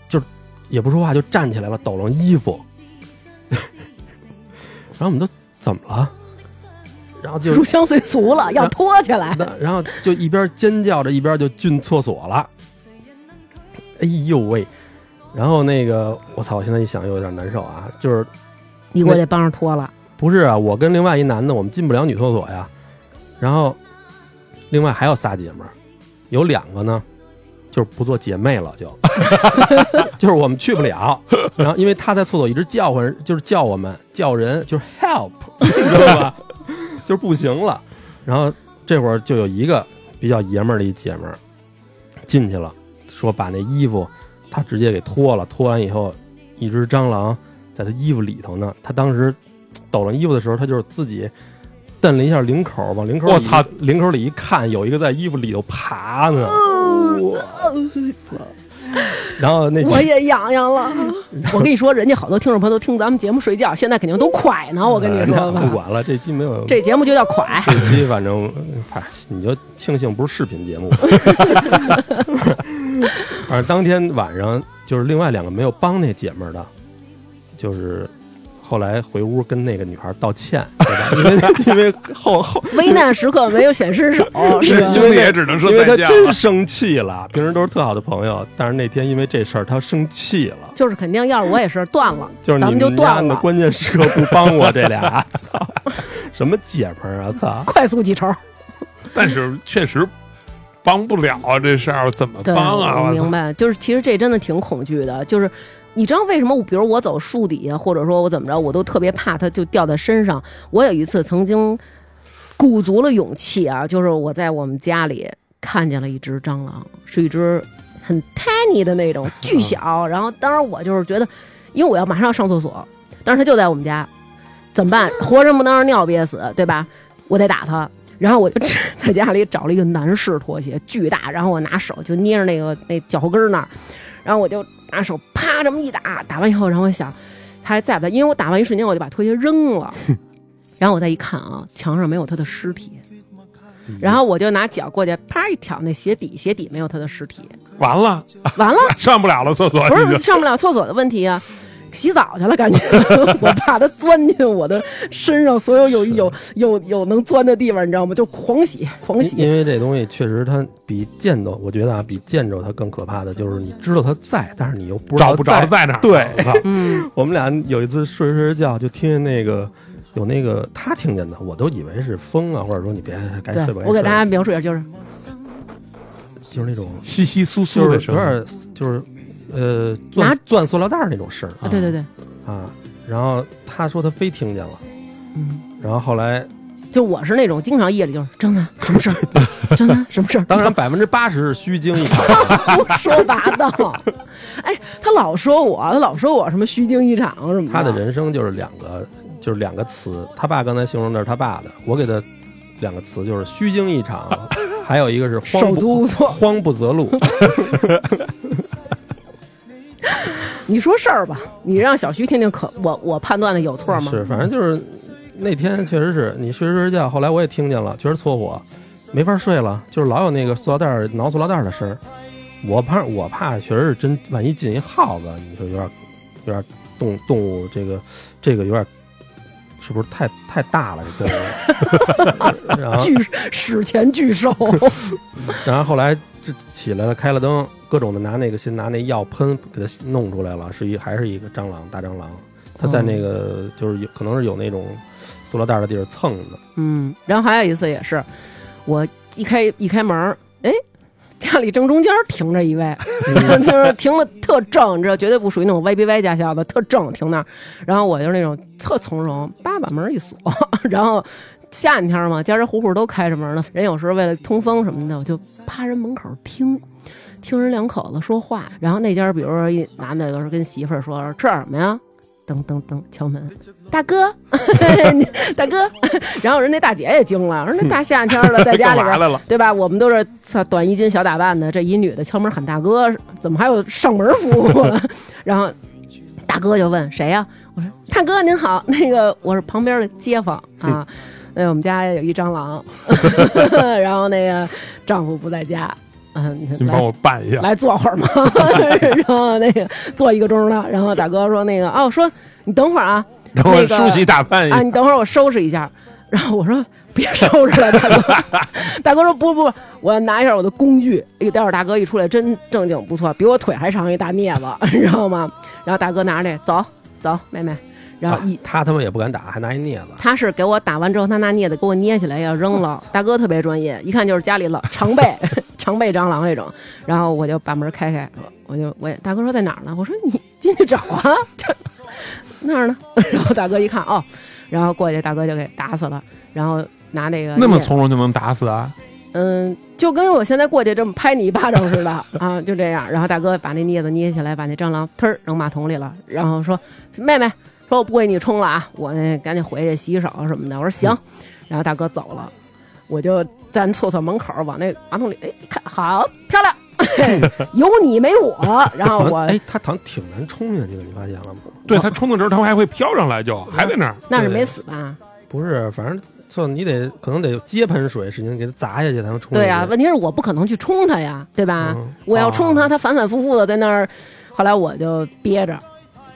B: 就是也不说话，就站起来了，抖楞衣服， (laughs) 然后我们都怎么了？然后就
C: 入乡随俗了，要拖起来。
B: 那然后就一边尖叫着一边就进厕所了。哎呦喂！然后那个我操，我现在一想又有点难受啊，就是
C: 你过去帮着拖了，
B: 不是啊？我跟另外一男的，我们进不了女厕所呀。然后另外还有仨姐们儿，有两个呢，就是不做姐妹了，就 (laughs) 就是我们去不了。然后因为他在厕所一直叫唤，就是叫我们叫人，就是 help，你 (laughs) 知道吧？就是不行了。然后这会儿就有一个比较爷们儿的一姐们儿进去了，说把那衣服她直接给脱了，脱完以后，一只蟑螂在她衣服里头呢。她当时抖了衣服的时候，她就是自己蹬了一下领口，往领口里
E: 我操
B: 领口里一看，有一个在衣服里头爬呢。然后 (laughs) 那
C: 我也痒痒了。 (laughs) 我跟你说，人家好多听众朋友都听咱们节目睡觉，现在肯定都快呢。我跟你说
B: 哎不
C: 吧，
B: 管呃了，这期没有
C: 这节目就叫
B: (laughs)
C: 快。
B: 这期反正，哎，你就庆幸不是视频节目。反正当天晚上，就是另外两个没有帮那姐们儿的，就是后来回屋跟那个女孩道歉，对吧？因为因为后后
C: 危难时刻没有显身手，
E: 是
C: 是吧
E: 兄弟也只能说
B: 因为
E: 再
B: 她
E: 见
B: 真
E: 了。
B: 生气了，平时都是特好的朋友，但是那天因为这事儿她生气了，
C: 就是肯定，要是我也是断了，
B: 就是
C: 咱
B: 你
C: 们就
B: 家
C: 断
B: 的
C: 了，
B: 关键时刻不帮我这俩， (laughs) 操，什么姐们儿啊，操！
C: 快速记仇。
E: 但是确实帮不了啊，这事儿怎么
C: 对，
E: 帮啊？
C: 我
E: 我
C: 明
E: 操！
C: 白，就是其实这真的挺恐惧的，就是。你知道为什么我？比如我走树底下，或者说我怎么着，我都特别怕它就掉在身上。我有一次曾经鼓足了勇气啊，就是我在我们家里看见了一只蟑螂，是一只很 tiny 的那种，
E: 嗯
C: 巨小。然后当时我就是觉得，因为我要马上要上厕所，当时它就在我们家，怎么办？活人不能让尿憋死，对吧？我得打它。然后我就在家里找了一个男士拖鞋，巨大，然后我拿手就捏着那个那脚后跟儿那儿，然后我就拿手啪这么一打，打完以后，然后我想他还在不在？因为我打完一瞬间我就把拖鞋扔了，然后我再一看啊，墙上没有他的尸体，然后我就拿脚过去啪一挑那鞋底，鞋底没有他的尸体，
E: 完了，
C: 完了，
E: 上不了了，厕所
C: 不是
E: 你就
C: 上不了厕所的问题啊。洗澡去了，感觉 (laughs) 我怕它钻进我的身上，所有有有有有能钻的地方，你知道吗？就狂洗，狂洗。
B: 因为这东西确实，它比剑斗，我觉得啊，比剑斗它更可怕的就是你知道它在，但是你又不知道
E: 找不着
B: 它
E: 它在哪儿。
B: 对
E: 我操！
C: 嗯，
B: 我们俩有一次睡着睡着觉，就听见那个有那个他听见的，我都以为是风啊，或者说你别该
C: 对
B: 睡吧，，该
C: 我给
B: 睡吧
C: 大家描述一下，就是
B: 就是那种
E: 稀稀疏疏
B: 就
E: 的
B: 是
E: 声
B: 有
E: 音，
B: 点就是呃钻
C: 拿
B: 钻塑料袋儿那种声儿
C: 啊，对对对，
B: 啊。然后他说他非听见了，
C: 嗯，
B: 然后后来
C: 就我是那种经常夜里就是张楠
B: (laughs)
C: 什么事儿，张楠什么事儿， (laughs)
B: 当然百分之八十是虚惊一场，
C: 胡说八道。 (laughs) 哎，他老说我，他老说我什么虚惊一场什么
B: 他的人生就是两个就是两个词。他爸刚才形容的是他爸的，我给他两个词就是虚惊一场，还有一个是
C: 手
B: 慌
C: 足
B: 不
C: 无措
B: 慌不择
C: (laughs)
B: 路。
C: 你说事儿吧，你让小徐听听可，我我判断的有错吗？
B: 是，反正就是那天确实是你睡着睡着觉，后来我也听见了，确实搓火，没法睡了，就是老有那个塑料袋儿挠塑料袋儿的声儿。我怕我怕，确实是真，万一进一耗子，你说有点有点动动物这个这个有点是不是太太大了？这动物， (laughs) 然后
C: 巨史前巨兽， (laughs)
B: 然后后来这起来了，开了灯，各种的拿那个先拿那药喷给它弄出来了，是一还是一个蟑螂大蟑螂，它在那个、
C: 哦
B: 就是有可能是有那种塑料袋的地儿蹭的，
C: 嗯，然后还有一次也是，我一开一开门儿，哎， (laughs) 家里正中间停着一位， (laughs) 就是停了特正，你知道，绝对不属于那种歪逼歪驾校的，特正停那儿。然后我就是那种特从容，叭把门一锁， (laughs) 然后。夏天嘛，家家户户都开着门呢。人有时候为了通风什么的，我就趴人门口听，听人两口子说话。然后那家，比如说一男的，有时候跟媳妇儿说吃什么呀？噔噔噔，敲门，大哥， (laughs) 你大哥， (laughs) 然后人那大姐也惊了，说那大夏天的在家里边
E: 干嘛来了
C: 对吧？我们都是操短衣襟小打扮的，这一女的敲门喊大哥，怎么还有上门服务了？ (laughs) 然后大哥就问谁呀、我说大哥您好， (laughs) 那个我是旁边的街坊
E: 嗯
C: 啊。那我们家有一蟑
E: (laughs)
C: 螂，然后那个丈夫不在家，嗯，
E: 您
C: 来
E: 帮我办一下。
C: 来坐会儿嘛， (laughs) 然后那个坐一个钟了，然后大哥说那个哦，说你等会儿啊，
E: 然后
C: 那个
E: 梳洗打扮一
C: 啊，
E: 下，
C: 你等会儿我收拾一下。然后我说别收拾了，大哥。 (laughs) 大哥说不不，我要拿一下我的工具。哎呦，待会儿大哥一出来真正经不错，比我腿还长一大镊子， (laughs) 你知道吗？然后大哥拿着这走走，妹妹。然后一、
B: 啊他他妈也不敢打，还拿一镊子。
C: 他是给我打完之后，他拿镊子给我捏起来要扔了。大哥特别专业，一看就是家里老 (laughs) 常备常备蟑螂这种。然后我就把门开开，我就我也大哥说在哪儿呢？我说你进去找啊， (laughs) 这那儿呢？ (laughs) 然后大哥一看哦，然后过去大哥就给打死了，然后拿那个
E: 那么
C: 镊子
E: 从容就能打死啊？
C: 嗯，就跟我现在过去这么拍你一巴掌似的 (laughs) 啊，就这样。然后大哥把那镊子捏起来，把那蟑螂嘚儿扔马桶里了，然后说：“妹妹，说我不给你冲了啊，我那赶紧回去洗洗手什么的。”我说：“行。然后大哥走了，我就站厕所门口往那马桶里，哎，看好漂亮， (laughs) 有你没我。然
B: 好像
C: 后哦我
B: 哎，他好像挺难冲下去的，你发现了吗？
C: 嗯
E: 对他冲的时候，他还会飘上来就，还在那儿。
C: 那是
B: 对
C: 没死吧？
B: 不是，反正就你得可能得接盆水，使劲给他砸下去才能冲下去。
C: 嗯
B: 啊
C: 对呀、问题是我不可能去冲他呀，对吧？
B: 嗯
C: 我要冲他，
E: 啊
C: 他反反复复的在那儿。后来我就憋着，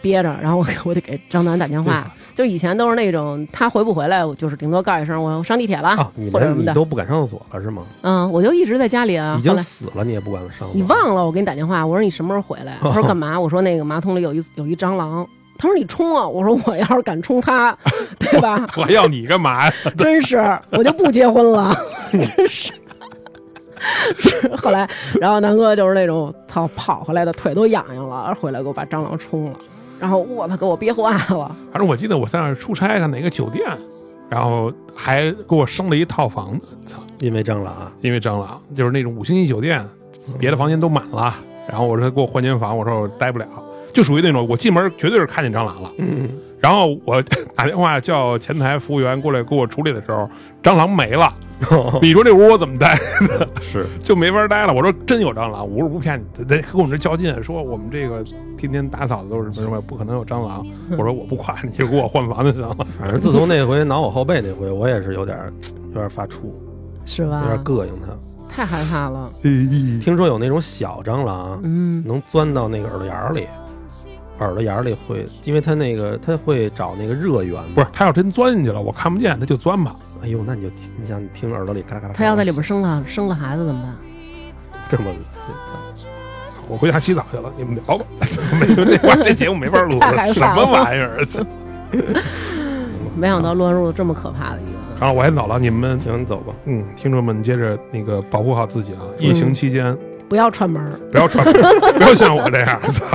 C: 憋着，然后我 (laughs) 我得给张楠打电话。就以前都是那种他回不回来，我就是顶多告一声我上地铁了、
B: 啊，你
C: 或者什
B: 连
C: 么
B: 你
C: 的。
B: 都不敢上厕所了是吗？
C: 嗯，我就一直在家里啊。
B: 已
C: 后
B: 经
C: 来
B: 死了，你也不敢上厕所。
C: 你忘了我给你打电话，我说你什么时候回来？我说
B: 哦
C: 干嘛？我说那个马桶里有一有一蟑螂。他说你冲啊！我说我要是敢冲他， (laughs) 对吧？
E: 我还要你干嘛呀？ (laughs)
B: (laughs)
C: 真是，我就不结婚了， (laughs) 真是。是后来，然后南哥就是那种操跑回来的，腿都痒痒了，回来给我把蟑螂冲了，然后我操给我憋坏了，
E: 反正我记得我在那儿出差，上哪个酒店，然后还给我升了一套房子。操！
B: 因为蟑螂，啊
E: 因为蟑螂，就是那种五星级酒店，别的房间都满了，然后我说给我换间房，我说我待不了，就属于那种我进门绝对是看见蟑螂了，
B: 嗯，
E: 然后我打电话叫前台服务员过来给我处理的时候，蟑螂没了，你说这屋我怎么待？ (laughs)
B: 是
E: 就没法待了。我说真有蟑螂，我说不骗你，得跟我们这较劲，说我们这个天天打扫的都是什么什么，不可能有蟑螂。我说我不管，你就给我换房就行了。
B: 反正自从那回挠我后背那回，我也是有点儿有点儿发怵，
C: 是
B: 有
C: 吧
B: 点？儿膈应它。
C: 太害怕了，
B: 听说有那种小蟑螂
C: 嗯，
B: 能钻到那个耳朵眼儿里，耳朵眼儿里会，因为它那个它会找那个热源嘛。
E: 不是，他要真钻进去了，我看不见，他就钻吧。
B: 哎呦，那你就听你想你听耳朵里咔啦咔啦，
C: 他要在里边生了生了孩子怎么办？
B: 这么恶心，
E: 我回家洗澡去了，你们
B: (laughs)
E: 聊吧。没有这话，这节目没法录
C: 太害
E: 了，什
C: 怕了
E: 么玩意儿？ (laughs) 操
C: 没想到乱入了这么可怕的一个，
E: 然后我还早了，你们
B: 行，你走吧。嗯
E: 嗯，听众们接着那个保护好自己啊！疫情期间
C: 不要串门儿， (laughs)
E: 不要串门， (laughs) 不要像我这样，操！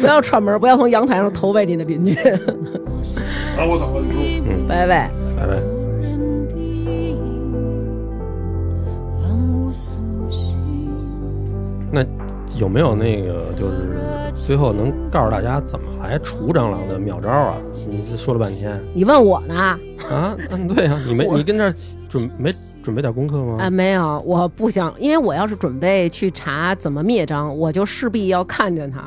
C: 不要串门儿，不要从阳台上投喂你的邻居，
E: 啊，我走了，你说。
C: 拜拜。
B: 拜拜。
D: 人的影让我苏醒。
B: 那有没有那个就是最后能告诉大家怎么来除蟑螂的妙招啊？你这说了半
C: (laughs)
B: 天
C: 你问我呢？
B: 啊，嗯，对呀、你没
C: 我
B: 你跟这儿准没准备点功课
C: 啊，
B: 吗？
C: 没有，我不想，因为我要是准备去查怎么灭蟑，我就势必要看
B: (laughs)
C: 见它，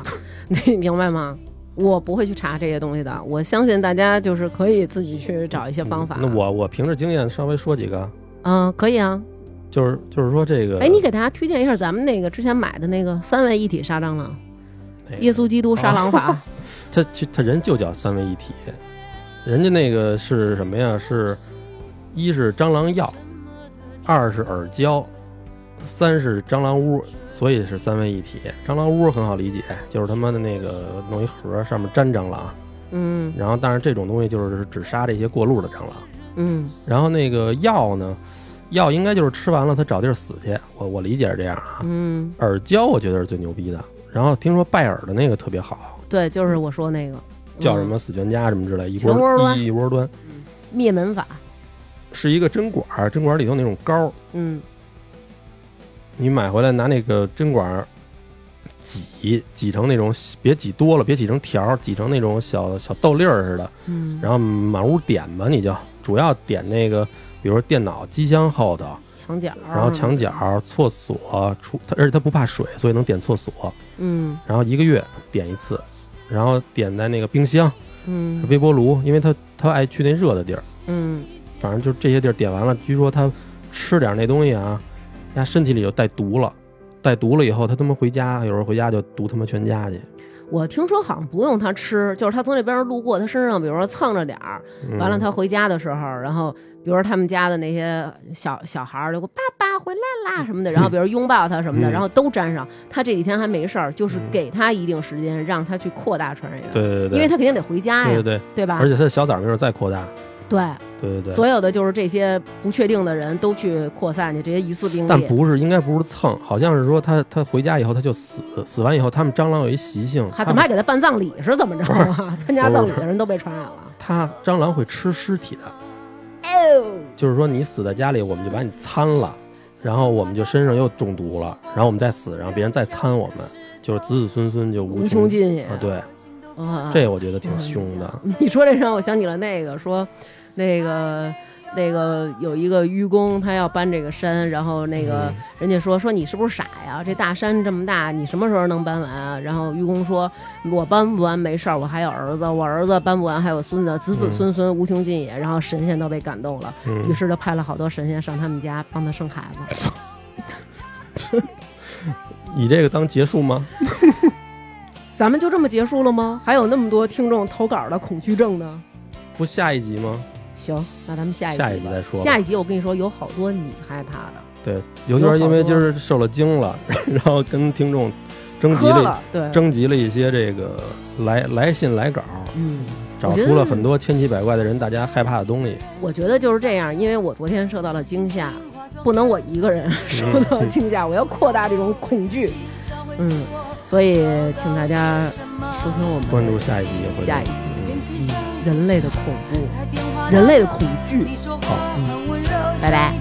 C: 你明白吗？我不会去查这些东西的，我相信大家就是可以自己去找一些方法。
B: 嗯那我我凭着经验稍微说几个，
C: 嗯，可以啊。
B: 就是就是说这个，
C: 哎，你给大家推荐一下咱们那个之前买的那个三位一体杀蟑螂，
B: 哎
C: 耶稣基督杀狼
B: 哦
C: 法。
B: 他其他人就叫三位一体，人家那个是什么呀？是一是蟑螂药，二是耳胶，三是蟑螂屋，所以是三位一体。蟑螂屋很好理解，就是他妈的那个弄一盒，上面粘蟑螂，
C: (laughs) 嗯
B: 然后但是这种东西就是只杀这些过路的蟑螂。
C: 嗯
B: 然后那个药呢，药应该就是吃完了它找地儿死去，我我理解是这样啊。
C: 嗯，
B: 耳胶我觉得是最牛逼的，然后听说拜耳的那个特别好，
C: 对，就是我说那个
B: 叫什么死全家什么之类，一
C: 全窝
B: 锅
C: 端
B: 一一窝端，
C: 嗯灭门法。
B: 是一个针管儿，针管儿里头那种膏儿，
C: 嗯
B: 你买回来拿那个针管儿挤挤成那种，别挤多了，别挤成条儿，挤成那种小小豆粒儿似的，
C: 嗯，
B: 然后满屋点吧，你就主要点那个，比如说电脑机箱后头，
C: 墙角，
B: 然后墙角、厕所、厨，它而且它不怕水，所以能点厕所，
C: 嗯
B: 然后一个月点一次，然后点在那个冰箱、
C: 嗯
B: 微波炉，因为它它爱去那热的地儿。
C: 嗯
B: 反正就这些地儿点完了，据说他吃点那东西啊，他身体里就带毒了，带毒了以后，他他妈回家，有时候回家就毒他妈全家去。
C: 我听说好像不用他吃，就是他从那边路过，他身上比如说蹭着点儿，
B: 嗯
C: 完了他回家的时候，然后比如说他们家的那些小小孩儿就说爸爸回来啦什么的，然后比如拥抱他什么的，
B: 嗯
C: 然后都沾上。他这几天还没事儿，就是
B: 嗯
C: 给他一定时间，让他去扩大传染源，
B: 对对对，
C: 因为他肯定得回家
B: 对对
C: 呀，
B: 对，
C: 对吧
B: 而？且他的小崽儿没准再扩大，
C: 对，
B: 对对对。
C: 所有的就是这些不确定的人都去扩散去，这些疑似病
B: 但
C: 例，
B: 不是，应该不是蹭，好像是说他他回家以后他就死，死完以后他们蟑螂有一习性，
C: 还怎么还给他办葬礼是怎么着啊？参加葬礼
B: 不
C: 的人都被传染了。
B: 他蟑螂会吃尸体的，
C: Oh
B: 就是说你死在家里，我们就把你参了，然后我们就身上又中毒了，然后我们再死，然后别人再参我们，就是子子孙孙就
C: 无
B: 无
C: 穷
B: 穷
C: 尽也嗯
B: 啊！对，
C: 啊，
B: 这我觉得挺凶的。
C: (laughs) 你说这让我想起了那个说，那个那个有一个愚公，他要搬这个山，然后那个
B: 嗯
C: 人家说说你是不是傻呀？这大山这么大，你什么时候能搬完啊？然后愚公说，我搬不完没事儿，我还有儿子，我儿子搬不完还有孙子，子子孙孙无穷尽也。然后神仙都被感动了，于
B: 嗯，
C: 是就派了好多神仙上他们家帮他生孩子。
B: 以这个当结束吗？
C: 咱们就这么结束了吗？还有那么多听众投稿的恐惧症呢？
B: 不下一集吗？
C: 行，那咱们下一集吧
B: 下一集再说吧
C: 下一集我跟你说，有好多你害怕的。
B: 对，尤娟因为今儿受了惊了，然后跟听众征集
C: 磕
B: 了
C: 了，对，
B: 征集了一些这个来来信来稿，
C: 嗯，
B: 找出了很多千奇百怪的人大家害怕的东西。
C: 我觉得就是这样，因为我昨天受到了惊吓，不能我一个
B: (laughs)
C: 人受
B: 嗯
C: 到惊吓，我要扩大这种恐惧，嗯，所以请大家收听我们
B: 关注下一集，回头
C: 下一集
B: 嗯
C: 人类的恐怖，人类的恐惧。
B: 好，
C: 拜拜。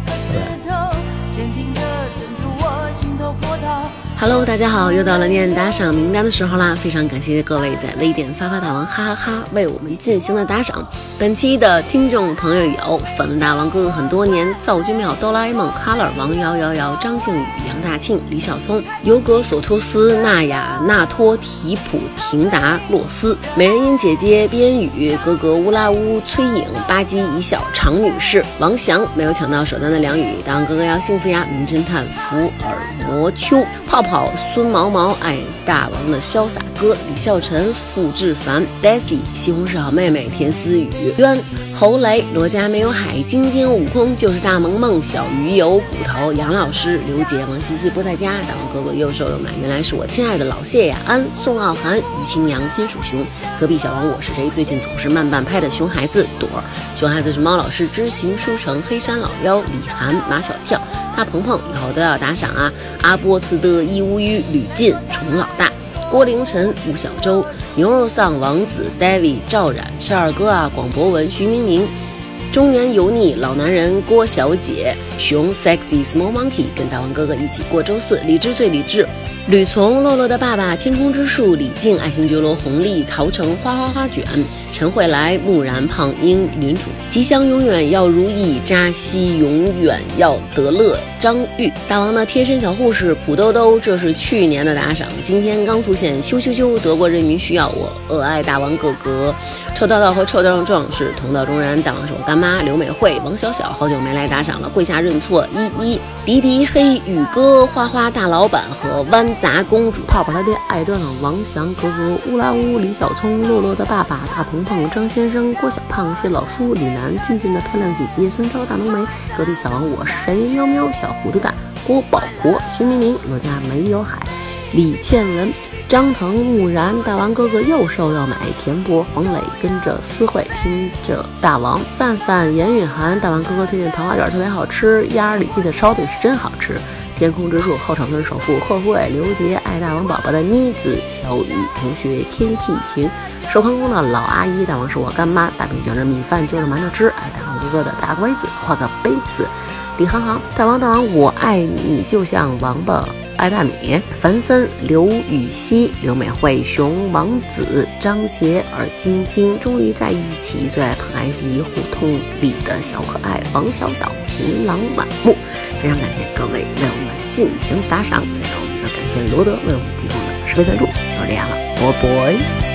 F: Hello，大家好，又到了念打赏名单的时候啦！非常感谢各位在微店发发大王哈哈哈为我们进行的打赏。本期的听众朋友有粉了大王哥哥很多年、造君庙、哆啦 A 梦、Color、王瑶瑶瑶、张靖宇、杨大庆、李小聪、尤格索托斯、纳雅、纳托、提普、廷达、洛斯、美人音姐姐、边宇、格格、乌拉乌、崔颖、吧唧、一笑、常女士、王翔。没有抢到首单的梁宇，大王哥哥要幸福呀！名侦探福尔摩丘、泡泡、孙毛毛、爱大王的潇洒哥、李孝臣、付志凡、Daisy、西红柿好妹妹、田思雨、渊、侯雷、罗家没有海、晶晶、悟空就是大萌萌、小鱼油、骨头、杨老师、刘杰、王西西不在家，大王哥哥又瘦又美，原来是我亲爱的老谢呀！安、宋傲寒、于清扬、金属熊、隔壁小王我是谁？最近总是慢半拍的熊孩子朵儿，熊孩子是猫老师、知行书城、黑山老妖、李涵、马小跳、大鹏鹏，以后都要打赏啊！阿波茨的义乌鱼、吕进、虫老大。郭凌晨、吴小舟、牛肉丧王子、David、赵冉、十二哥啊、广博文、徐明明、
G: 中年油腻老男人郭小姐、熊 sexy small monkey 跟大王哥哥一起过周四，理智最理智。吕从、洛洛的爸爸、天空之树、李静、爱新觉罗、红丽、陶成、花花花卷、陈慧来、木然、胖英、林楚、吉祥永远要如意、扎西永远要得乐、张玉、大王的贴身小护士普兜兜，这是去年的打赏，今天刚出现。羞羞羞，德国人民需要我，我爱大王哥哥。臭道道和臭道壮是同道中人，大王是我干妈。刘美惠、王小小好久没来打赏了，跪下认错。依依、迪迪、黑羽哥、花花大老板和弯杂公主、泡泡他爹、爱端朗、王翔、格格、乌拉乌、李小聪、洛洛的爸爸、大鹏鹏、张先生、郭小胖、谢老夫、李楠、俊俊的漂亮姐姐、孙超、大浓眉、隔壁小王我是谁、喵喵、小糊涂蛋、郭保国、徐明明、我家没有海、李倩文。张腾、木然、大王哥哥又瘦又美，田博、黄磊跟着私会，听着大王、范范、严雨涵，大王哥哥推荐桃花卷特别好吃，鸭儿里脊的烧饼是真好吃。天空之树后场村首富贺慧、刘杰、爱大王宝宝的妮子、小雨同学、天气晴、寿康宫的老阿姨，大王是我干妈，大饼卷着米饭就着馒头吃，爱大王哥哥的大龟子，画个杯子。李航航，大王大王，我爱你就像王八爱大米。樊森、刘禹锡、刘美惠、熊王子、张杰、尔晶晶终于在一起，最爱彭艾迪胡同里的小可爱王小小、琳琅满目。非常感谢各位为我们进行打赏，再让我们感谢罗德为我们提供的设备赞助。就是这样了，拜拜。